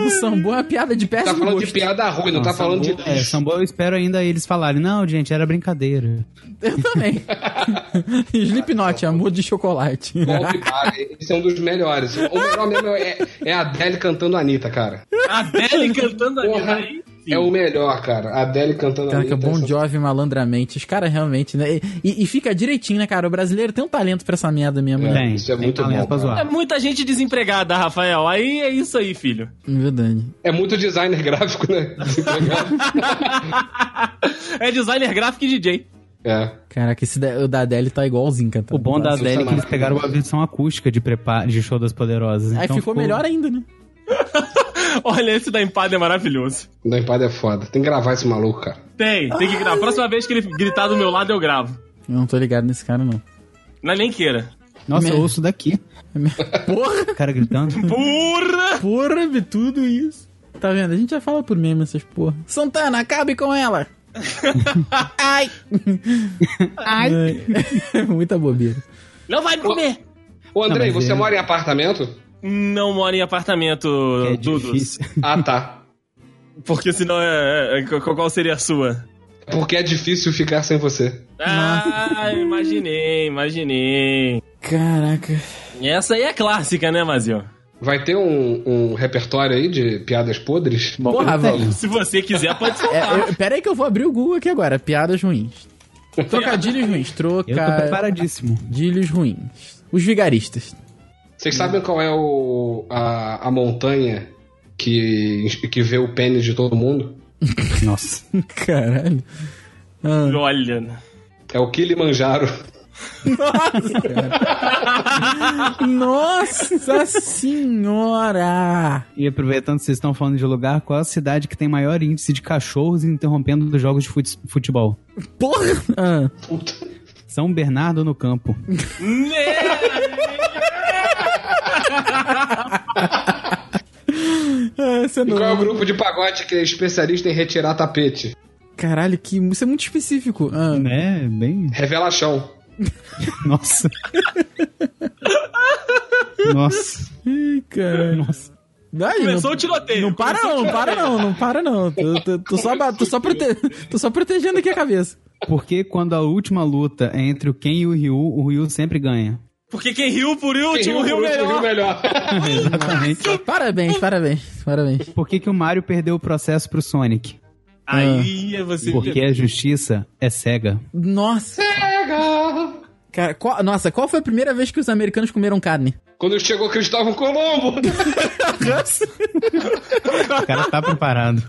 Speaker 2: O Sambo é uma piada de
Speaker 5: tá
Speaker 2: péssimo
Speaker 5: falando de
Speaker 2: gosto.
Speaker 5: piada ruim, não, tá falando de
Speaker 4: É,
Speaker 5: lixo.
Speaker 4: sambô, eu espero ainda eles falarem. Não, gente, era brincadeira.
Speaker 2: Eu também. Slipknot, amor de chocolate.
Speaker 5: Golpe Party, Esse é um dos melhores. O melhor mesmo é, é a Adele cantando a Anitta, cara.
Speaker 3: A Adele cantando ali.
Speaker 5: Porra,
Speaker 3: aí sim.
Speaker 5: é o melhor, cara. A Adele cantando a
Speaker 2: Caraca,
Speaker 5: Anitta. é
Speaker 2: Bon
Speaker 5: essa-
Speaker 2: Jovi malandramente. Os caras realmente, né? E, e fica direitinho, né, cara? O brasileiro tem um talento pra essa merda mesmo, né?
Speaker 4: Tem,
Speaker 5: isso é
Speaker 4: tem
Speaker 5: muito
Speaker 4: talento
Speaker 5: bom,
Speaker 4: pra
Speaker 5: cara.
Speaker 3: É
Speaker 4: zoar.
Speaker 3: muita gente desempregada, Rafael. Aí é isso aí, filho.
Speaker 2: Verdade.
Speaker 5: É muito designer gráfico, né?
Speaker 3: é designer gráfico e DJ.
Speaker 5: é.
Speaker 2: Caraca, esse da, o da Adele tá igualzinho, cara.
Speaker 4: O bom da
Speaker 5: Nossa,
Speaker 4: Adele é
Speaker 5: isso
Speaker 4: que
Speaker 5: é
Speaker 4: eles pegaram a versão acústica de, preparo, de Show das Poderosas.
Speaker 2: Aí
Speaker 4: então
Speaker 2: ficou melhor ainda, né?
Speaker 3: Olha, esse da empada é maravilhoso.
Speaker 5: O da empada é foda. Tem que gravar esse maluco, cara.
Speaker 3: Tem, tem que gravar. A próxima vez que ele gritar do meu lado, eu gravo.
Speaker 2: Eu não tô ligado nesse cara, não.
Speaker 3: Não é nem queira.
Speaker 4: Nossa, eu
Speaker 2: Merda.
Speaker 4: ouço daqui.
Speaker 2: Porra,
Speaker 4: O cara gritando.
Speaker 3: Porra!
Speaker 2: porra, de tudo isso. Tá vendo? A gente já fala por meme essas porra. Santana, acabe com ela! Ai! Ai!
Speaker 4: É.
Speaker 2: Muita bobeira.
Speaker 3: Não vai me comer!
Speaker 5: Ô, Andrei,
Speaker 4: Não, mas
Speaker 5: você
Speaker 4: é-
Speaker 5: mora em apartamento?
Speaker 3: Não moro em apartamento,
Speaker 4: que é
Speaker 3: Dudu.
Speaker 4: difícil.
Speaker 5: Ah, tá.
Speaker 3: Porque senão é, é- é- qual qual seria a sua?
Speaker 5: Porque é difícil ficar sem você.
Speaker 3: Ah, imaginei, imaginei.
Speaker 2: Caraca.
Speaker 3: Essa aí é clássica, né, Mazio?
Speaker 5: Vai ter um, um repertório aí de piadas podres?
Speaker 2: Porra, velho.
Speaker 3: Se você quiser, pode
Speaker 2: Ah, É,
Speaker 3: soltar.
Speaker 2: eu- pera aí que eu vou abrir o Google aqui agora. Piadas ruins. Trocadilhos ruins.
Speaker 4: Eu tô preparadíssimo.
Speaker 2: Trocadilhos ruins. Os vigaristas.
Speaker 5: Vocês sabem qual é o, a, a montanha que, que vê o pênis de todo mundo?
Speaker 4: Nossa.
Speaker 2: Caralho. Ah,
Speaker 3: Olha. né?
Speaker 5: É o Kilimanjaro.
Speaker 2: Nossa senhora!
Speaker 4: E aproveitando que vocês estão falando de lugar, qual a cidade que tem maior índice de cachorros interrompendo os jogos de fut- futebol?
Speaker 2: Porra! Ah,
Speaker 5: Puta.
Speaker 4: São Bernardo no Campo.
Speaker 2: Hum. ah, você
Speaker 5: E
Speaker 2: não...
Speaker 5: qual é o grupo de pagode que é especialista em retirar tapete?
Speaker 2: Caralho, que... isso é muito específico. Ah,
Speaker 4: Né? Bem.
Speaker 5: Revelação.
Speaker 4: Nossa. Nossa.
Speaker 2: Ih, caralho.
Speaker 4: Nossa.
Speaker 2: Ai,
Speaker 3: Começou
Speaker 2: não...
Speaker 3: o tiroteio.
Speaker 2: Não para não, não para não, não para não. Tô, tô- tô só, ba- tô, só prote... tô só protegendo aqui a cabeça.
Speaker 4: Porque quando a última luta é entre o Ken e o Ryu, o Ryu sempre ganha.
Speaker 3: Porque quem riu por último,
Speaker 5: Quem
Speaker 3: riu,
Speaker 5: por
Speaker 3: melhor.
Speaker 5: último, riu melhor.
Speaker 4: Exatamente.
Speaker 2: Parabéns, parabéns, parabéns.
Speaker 4: Por que, que o Mario perdeu o processo pro Sonic?
Speaker 2: Ah.
Speaker 3: Aí é você.
Speaker 4: Porque a justiça é cega.
Speaker 2: Nossa. Cara, qual- nossa, qual foi a primeira vez que os americanos comeram carne?
Speaker 5: Quando chegou Cristóvão Colombo.
Speaker 4: O cara tá preparado.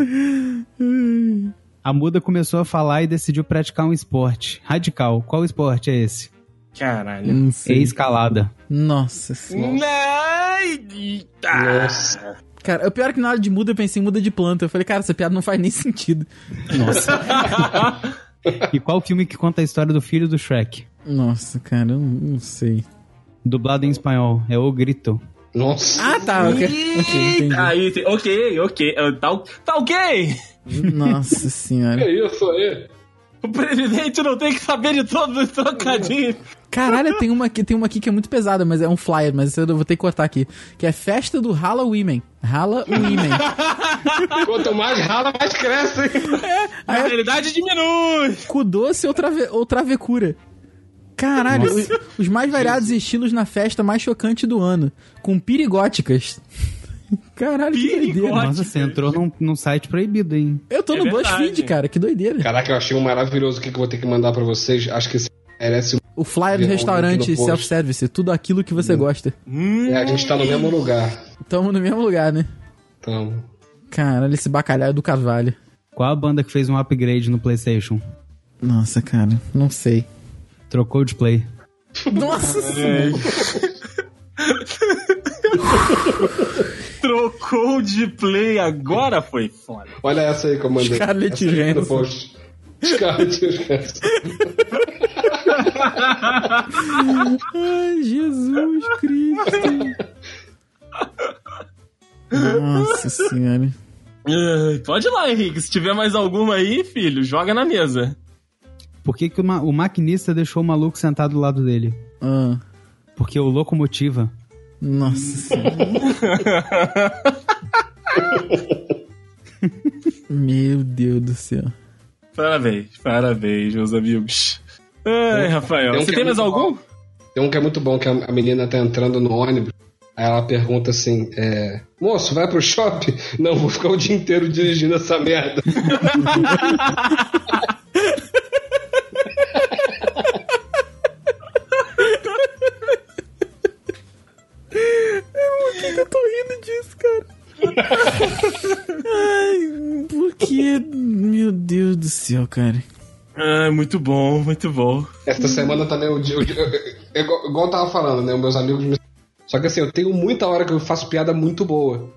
Speaker 4: A muda começou a falar e decidiu praticar um esporte. Radical. Qual esporte é esse?
Speaker 3: Caralho.
Speaker 2: Não
Speaker 4: É escalada.
Speaker 2: Nossa senhora.
Speaker 3: Ai, eita.
Speaker 5: Nossa.
Speaker 2: Cara, o pior é que na hora de muda eu pensei em muda de planta. Eu falei, cara, essa piada não faz nem sentido.
Speaker 4: Nossa. e qual filme que conta a história do filho do Shrek?
Speaker 2: Nossa, cara, eu não sei.
Speaker 4: Dublado em espanhol. É O Grito.
Speaker 5: Nossa.
Speaker 2: Ah, tá. ok. Ok, entendi.
Speaker 3: Aí, tem- ok, ok. ah, Tá, o- tá ok!
Speaker 2: Nossa senhora.
Speaker 5: É isso aí.
Speaker 3: O presidente não tem que saber de todos os trocadilhos.
Speaker 2: Caralho, tem uma, aqui, tem uma aqui que é muito pesada, mas é um flyer, mas isso eu vou ter que cortar aqui. Que é festa do Halloween. Halloween.
Speaker 5: Quanto mais rala, mais cresce.
Speaker 3: A realidade diminui.
Speaker 2: cu doce ou, trave, ou travecura. Caralho, os, os mais variados estilos na festa mais chocante do ano. Com pirigóticas. Caralho, que doideira.
Speaker 3: Pirigó-
Speaker 4: Nossa, você entrou num, num site proibido, hein?
Speaker 2: Eu tô
Speaker 3: É
Speaker 2: no
Speaker 3: verdade.
Speaker 2: BuzzFeed, cara, que doideira.
Speaker 5: Caraca, eu achei um maravilhoso aqui que eu vou ter que mandar pra vocês. Acho que esse merece. um-
Speaker 2: O flyer do
Speaker 5: Virou um link
Speaker 2: restaurante
Speaker 5: no post.
Speaker 2: self-service, tudo aquilo que você gosta.
Speaker 3: Hum,
Speaker 5: É, a gente tá no mesmo lugar.
Speaker 2: Tamo no mesmo lugar, né?
Speaker 5: Então.
Speaker 2: Caralho, esse bacalhau é do carvalho.
Speaker 4: Qual a banda que fez um upgrade no PlayStation?
Speaker 2: Nossa, cara, não sei.
Speaker 4: Trocou de play.
Speaker 2: Nossa senhora.
Speaker 3: trocou de play agora foi foda.
Speaker 5: Olha essa aí que eu mandei.
Speaker 2: Scarlett
Speaker 5: Essa aí
Speaker 2: Johansson.
Speaker 5: No post. Scarlett Johansson.
Speaker 2: Ai, Jesus Cristo. Nossa senhora.
Speaker 3: Ah, Pode ir lá, Henrique. Se tiver mais alguma aí, filho, joga na mesa.
Speaker 4: Por que, que o, ma- o maquinista deixou o maluco sentado do lado dele?
Speaker 2: Ah,
Speaker 4: Porque o locomotiva.
Speaker 2: nossa senhora. Meu Deus do céu.
Speaker 3: Parabéns, parabéns, meus amigos. Ai, Rafael,
Speaker 5: tem um
Speaker 3: você
Speaker 5: que
Speaker 3: tem
Speaker 5: é
Speaker 3: mais
Speaker 5: muito
Speaker 3: algum?
Speaker 5: Tem um que é muito bom, que a a menina tá entrando no ônibus. Aí ela pergunta assim, é, moço, vai pro shopping? Não, vou ficar o dia inteiro dirigindo essa merda.
Speaker 2: Eu tô rindo disso, cara. Ai, por que? Meu Deus do céu, cara.
Speaker 3: Ah, muito bom, muito bom.
Speaker 5: Essa semana também, o dia, o dia- é igual, igual eu tava falando, né? Meus amigos me... Só que assim, eu tenho muita hora que eu faço piada muito boa.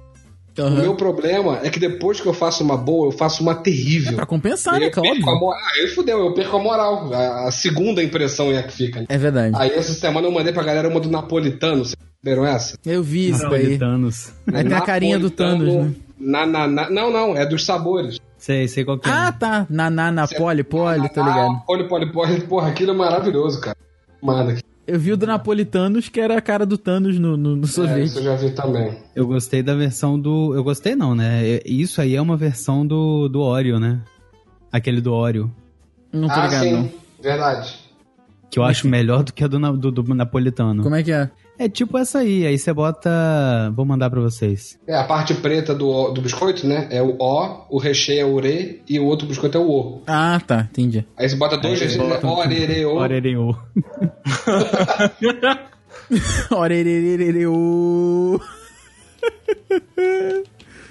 Speaker 5: O
Speaker 2: Aham.
Speaker 5: meu problema é que depois que eu faço uma boa, eu faço uma terrível.
Speaker 2: Pra compensar,
Speaker 5: E
Speaker 2: né,
Speaker 5: eu perco a
Speaker 2: Claudio?
Speaker 5: moral. Aí fudeu, eu perco a moral. A, a segunda impressão é a que fica. né?
Speaker 2: É verdade.
Speaker 5: Aí essa semana eu mandei pra galera uma do napolitano. Vocês viram essa?
Speaker 2: Eu vi isso daí.
Speaker 4: Napolitanos.
Speaker 2: Aí tem a carinha do Thanos, né?
Speaker 5: Na, na, na- não, não, é dos sabores.
Speaker 4: Sei, sei qual que é.
Speaker 2: Ah, tá. Na, na, na, poli, poli, tá
Speaker 5: Ah,
Speaker 2: ligado?
Speaker 5: poli, poli, poli. Porra, aquilo é maravilhoso, cara. Manda.
Speaker 2: Eu vi o do Napolitanos, que era a cara do Thanos no, no, no
Speaker 5: É,
Speaker 2: sorvete.
Speaker 5: isso eu já vi também.
Speaker 4: Eu gostei da versão do. Eu gostei não, né? É- Isso aí é uma versão do, do Oreo, né? Aquele do Oreo.
Speaker 2: Não tô
Speaker 5: ah,
Speaker 2: ligado,
Speaker 5: sim.
Speaker 2: não.
Speaker 5: Verdade.
Speaker 4: Que eu acho melhor do que a do, na- do, do napolitano.
Speaker 2: Como é que é?
Speaker 4: É tipo essa aí, aí você bota. Vou mandar pra vocês.
Speaker 5: É, a parte preta do, o- do biscoito, né? É o O, o recheio é o Re e o outro biscoito é o O.
Speaker 2: Ah, tá. Entendi.
Speaker 5: Aí você bota
Speaker 2: É,
Speaker 5: dois recheios, né?
Speaker 2: um
Speaker 5: O, Re, Re, O.
Speaker 4: Oreo.
Speaker 2: Orerererereu.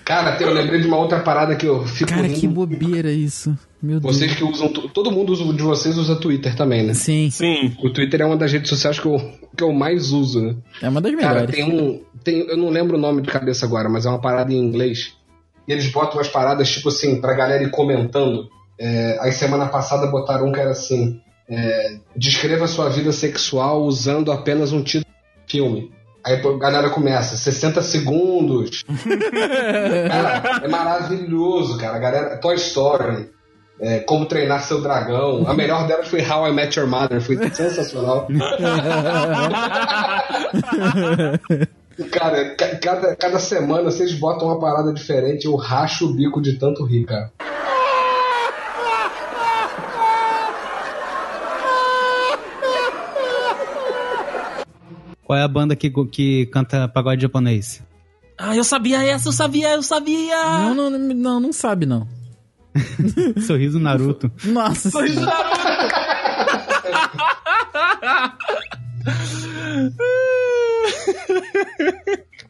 Speaker 5: Cara, tem- eu lembrei de uma outra parada que eu fico
Speaker 2: Cara,
Speaker 5: rindo.
Speaker 2: que bobeira isso. Meu Deus.
Speaker 5: Vocês que usam... tu- Todo mundo usa, de vocês usa Twitter também, né?
Speaker 2: Sim,
Speaker 3: Sim.
Speaker 5: O Twitter é uma das redes sociais que eu, que eu mais uso, né?
Speaker 2: é uma das
Speaker 5: Cara,
Speaker 2: melhores.
Speaker 5: tem um. Tem, eu não lembro o nome de cabeça agora, mas é uma parada em inglês. E eles botam umas paradas, tipo assim, pra galera ir comentando. É, aí semana passada botaram um que era assim: é, descreva sua vida sexual usando apenas um título de filme. Aí pô, a galera começa, 60 segundos. cara, é maravilhoso, cara. A galera, Toy Story, é, Como Treinar Seu Dragão. A melhor delas foi How I Met Your Mother, foi sensacional. Cara, ca- cada, cada semana vocês botam uma parada diferente, eu racho o bico de tanto rir, cara.
Speaker 4: Qual é a banda que, go- que canta pagode japonês?
Speaker 3: Ah, eu sabia essa, eu sabia, eu sabia!
Speaker 2: Não, não, não, não, não sabe, não.
Speaker 4: Sorriso Naruto.
Speaker 2: Nossa senhora.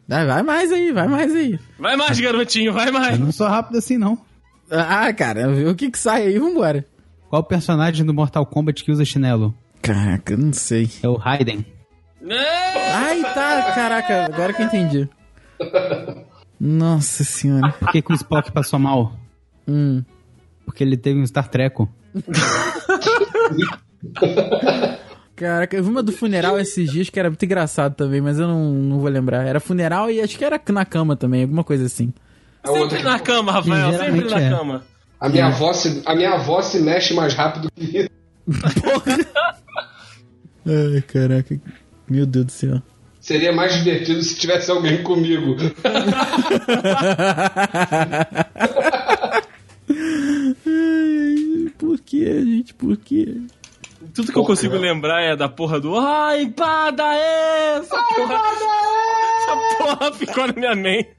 Speaker 2: Vai, vai mais aí, vai mais aí.
Speaker 3: Vai mais, garotinho, vai
Speaker 4: Eu
Speaker 3: mais!
Speaker 4: não sou rápido assim, não.
Speaker 2: Ah, cara, vê o que que sai aí, vambora.
Speaker 4: Qual o personagem do Mortal Kombat que usa chinelo?
Speaker 2: Caraca, não sei.
Speaker 4: É o Raiden.
Speaker 3: Né?
Speaker 2: Ai, tá, caraca, agora que eu entendi. Nossa senhora.
Speaker 4: Por que, que o Spock passou mal?
Speaker 2: Hum.
Speaker 4: Porque ele teve um Star Treco.
Speaker 2: Caraca, eu vi uma do funeral esses dias que era muito engraçado também, mas eu não, não vou lembrar. Era funeral e acho que era na cama também, alguma coisa assim.
Speaker 5: A outra
Speaker 3: Sempre na cama, Rafael, sempre
Speaker 4: Geralmente
Speaker 3: na
Speaker 4: é.
Speaker 3: cama.
Speaker 5: A minha, avó se, a minha avó se mexe mais rápido que isso.
Speaker 2: Ai, caraca. Meu Deus do céu.
Speaker 5: Seria mais divertido se tivesse alguém comigo.
Speaker 2: Ai, por que, gente? Por que?
Speaker 3: Tudo que eu consigo
Speaker 2: né?
Speaker 3: lembrar é da porra do Ai, pada é! Essa porra, essa porra ficou na minha mente.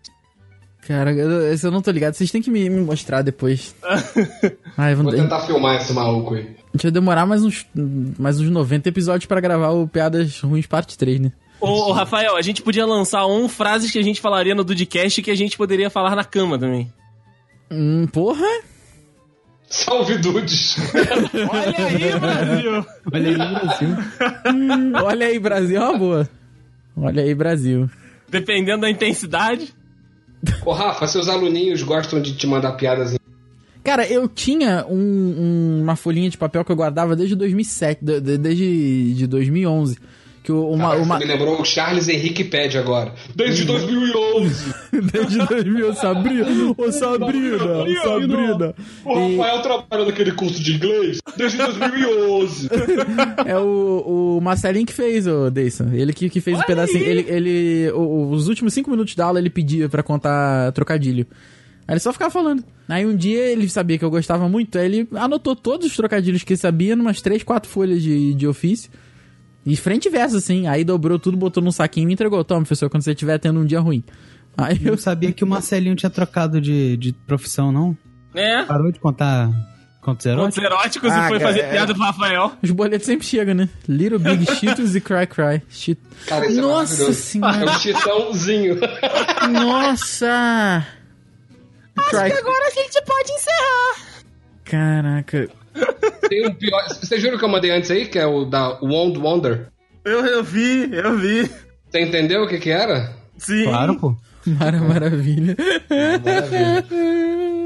Speaker 2: Cara, eu, esse eu não tô ligado. Vocês têm que me, me mostrar depois. Ai, vamos
Speaker 5: Vou tentar filmar esse maluco aí.
Speaker 2: A gente vai demorar mais uns, mais uns 90 episódios pra gravar o Piadas Ruins Parte 3, né?
Speaker 3: Ô, ô, Rafael, a gente podia lançar um frases que a gente falaria no Dudcast que a gente poderia falar na cama também.
Speaker 2: Hum, porra!
Speaker 5: Salve Dudes!
Speaker 3: Olha aí, Brasil!
Speaker 4: Olha aí no Brasil.
Speaker 2: Olha aí, Brasil, é uma boa. Olha aí, Brasil.
Speaker 3: Dependendo da intensidade.
Speaker 5: Ô Rafa, seus aluninhos gostam de te mandar piadas em...
Speaker 2: Cara, eu tinha um- um- uma folhinha de papel que eu guardava desde 2007, de- de- desde de 2011. Que o- uma,
Speaker 5: Caraca,
Speaker 2: Ah, uma-
Speaker 5: você me lembrou o Charles Henrique Pede agora. Desde 2011!
Speaker 2: desde 2000, Sabrina, ô Sabrina, ô Sabrina.
Speaker 5: O Rafael trabalha naquele curso de inglês desde 2011!
Speaker 2: É o, o Marcelinho que fez, o Deison. Ele que, que fez o
Speaker 3: Olha
Speaker 2: pedacinho.
Speaker 3: aí!
Speaker 2: Ele, ele- o- o- os últimos cinco minutos da aula ele pedia pra contar trocadilho. Aí ele só ficava falando. Aí um dia ele sabia que eu gostava muito, aí ele anotou todos os trocadilhos que ele sabia numas três, quatro folhas de, de ofício. E frente e verso, assim. Aí dobrou tudo, botou num saquinho e me entregou. Toma, professor, quando você estiver tendo um dia ruim. Aí
Speaker 4: Eu
Speaker 2: eu.
Speaker 4: não sabia que o Marcelinho tinha trocado de, de profissão, não.
Speaker 3: É.
Speaker 4: Parou de contar contos
Speaker 3: Pontos
Speaker 4: eróticos?
Speaker 3: eróticos
Speaker 2: Ah,
Speaker 3: e foi
Speaker 2: cara,
Speaker 3: fazer
Speaker 2: é.
Speaker 3: piada pro Rafael.
Speaker 2: Os boletos sempre chegam, né? Little Big Cheetos e Cry Cry. Cheet...
Speaker 5: Cara, isso é
Speaker 2: Nossa senhora!
Speaker 5: maravilhoso. É um chitãozinho.
Speaker 2: Nossa! Cry
Speaker 7: Agora a gente pode encerrar.
Speaker 2: Caraca.
Speaker 5: Tem um pior. Vocês viram que eu mandei antes aí, que é o da Wond Wonder?
Speaker 3: Eu, eu vi, eu vi.
Speaker 5: Você entendeu o que que era?
Speaker 3: Sim.
Speaker 4: Claro, pô.
Speaker 2: Mara Maravilha.
Speaker 5: Maravilha.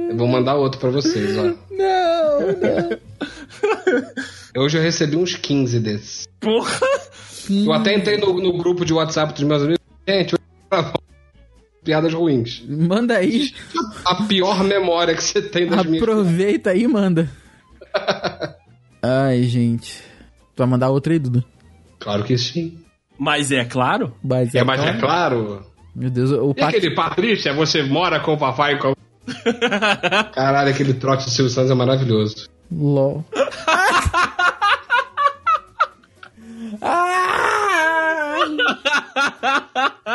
Speaker 5: Eu vou mandar outro pra vocês, ó.
Speaker 2: Não!
Speaker 5: Hoje eu recebi uns 15 desses.
Speaker 3: Porra.
Speaker 5: Eu até entrei no, no grupo de WhatsApp dos meus amigos. Gente, hoje eu vou gravar piadas ruins.
Speaker 2: Manda aí,
Speaker 5: A pior memória que você tem das minhas.
Speaker 2: aproveita aí e manda. Ai, gente. Tu vai mandar outra aí, Dudu?
Speaker 5: Claro que sim.
Speaker 3: Mas é claro.
Speaker 2: Mas
Speaker 5: É, mas é claro.
Speaker 2: Meu Deus, o
Speaker 5: E
Speaker 2: Pac...
Speaker 5: aquele Patrícia, você mora com o papai e com a- Caralho, aquele trote do Silvio Santos é maravilhoso.
Speaker 2: LOL.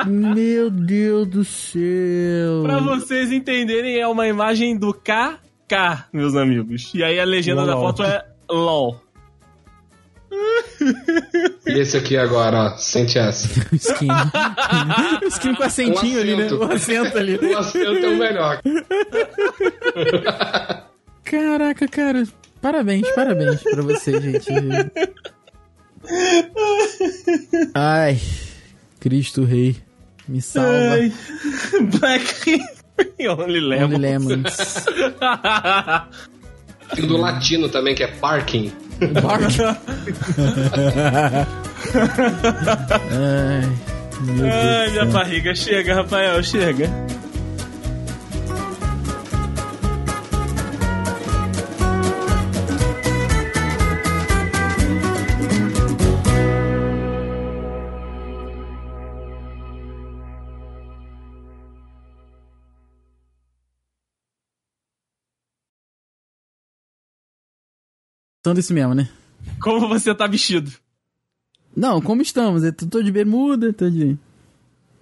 Speaker 2: Meu Deus do céu.
Speaker 3: Pra vocês entenderem, é uma imagem do KK, meus amigos. E aí a legenda da
Speaker 2: Lol.
Speaker 3: foto é LOL.
Speaker 5: E esse aqui agora, ó. Sente essa.
Speaker 2: Skin. Skin com acentinho ali, né?
Speaker 3: Um
Speaker 5: acento.
Speaker 2: O acento ali.
Speaker 5: O acento é o melhor.
Speaker 2: Caraca, cara. Parabéns, parabéns pra você, gente. Ai, Cristo Rei, me salva.
Speaker 3: Ai. Black Only
Speaker 2: Only
Speaker 3: Lemon.
Speaker 2: Lemons.
Speaker 5: Tem o do latino também, que é parking.
Speaker 2: Ai, meu
Speaker 3: Ai,
Speaker 2: Deus.
Speaker 3: minha barriga. Chega, Rafael, chega.
Speaker 2: Tanto isso mesmo, né?
Speaker 3: Como você tá vestido?
Speaker 2: Não, como estamos? Eu tô de bermuda, tô de.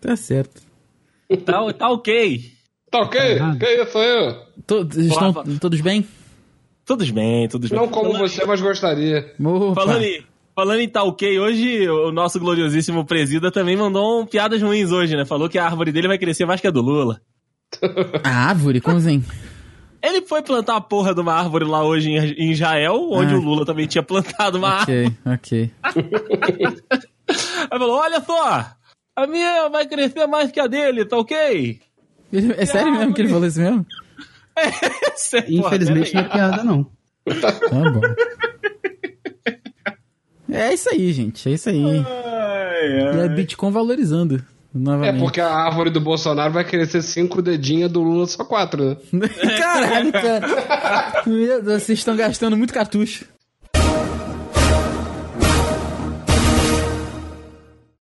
Speaker 2: Tá certo.
Speaker 3: Tá, tá ok.
Speaker 5: Tá ok?
Speaker 4: errado.
Speaker 5: Que isso aí?
Speaker 2: To- estão
Speaker 3: Rafa.
Speaker 2: todos bem?
Speaker 3: Todos bem, todos bem.
Speaker 5: Não como
Speaker 3: Falando-
Speaker 5: você, mas gostaria.
Speaker 2: Opa.
Speaker 3: Falando em, falando em tá ok, hoje o nosso gloriosíssimo presida também mandou um piadas ruins hoje, né? Falou que a árvore dele vai crescer mais que a do Lula.
Speaker 2: A árvore, como assim?
Speaker 3: Ele foi plantar a porra de uma árvore lá hoje em em Israel, onde
Speaker 4: É.
Speaker 2: Ah.
Speaker 3: o Lula também tinha plantado uma árvore.
Speaker 2: ok, ok.
Speaker 3: Aí falou: olha só, a minha vai crescer mais que a dele, tá ok?
Speaker 2: Ele- É sério mesmo que ele falou isso mesmo?
Speaker 4: Infelizmente não é piada, não.
Speaker 2: Tá bom. É isso aí, gente. É isso aí. E a Bitcoin valorizando.
Speaker 5: É
Speaker 2: Novamente.
Speaker 5: porque a árvore do Bolsonaro vai crescer cinco dedinhos do Lula só quatro, né?
Speaker 2: Caralho, cara. Meu Deus, vocês estão gastando muito cartucho.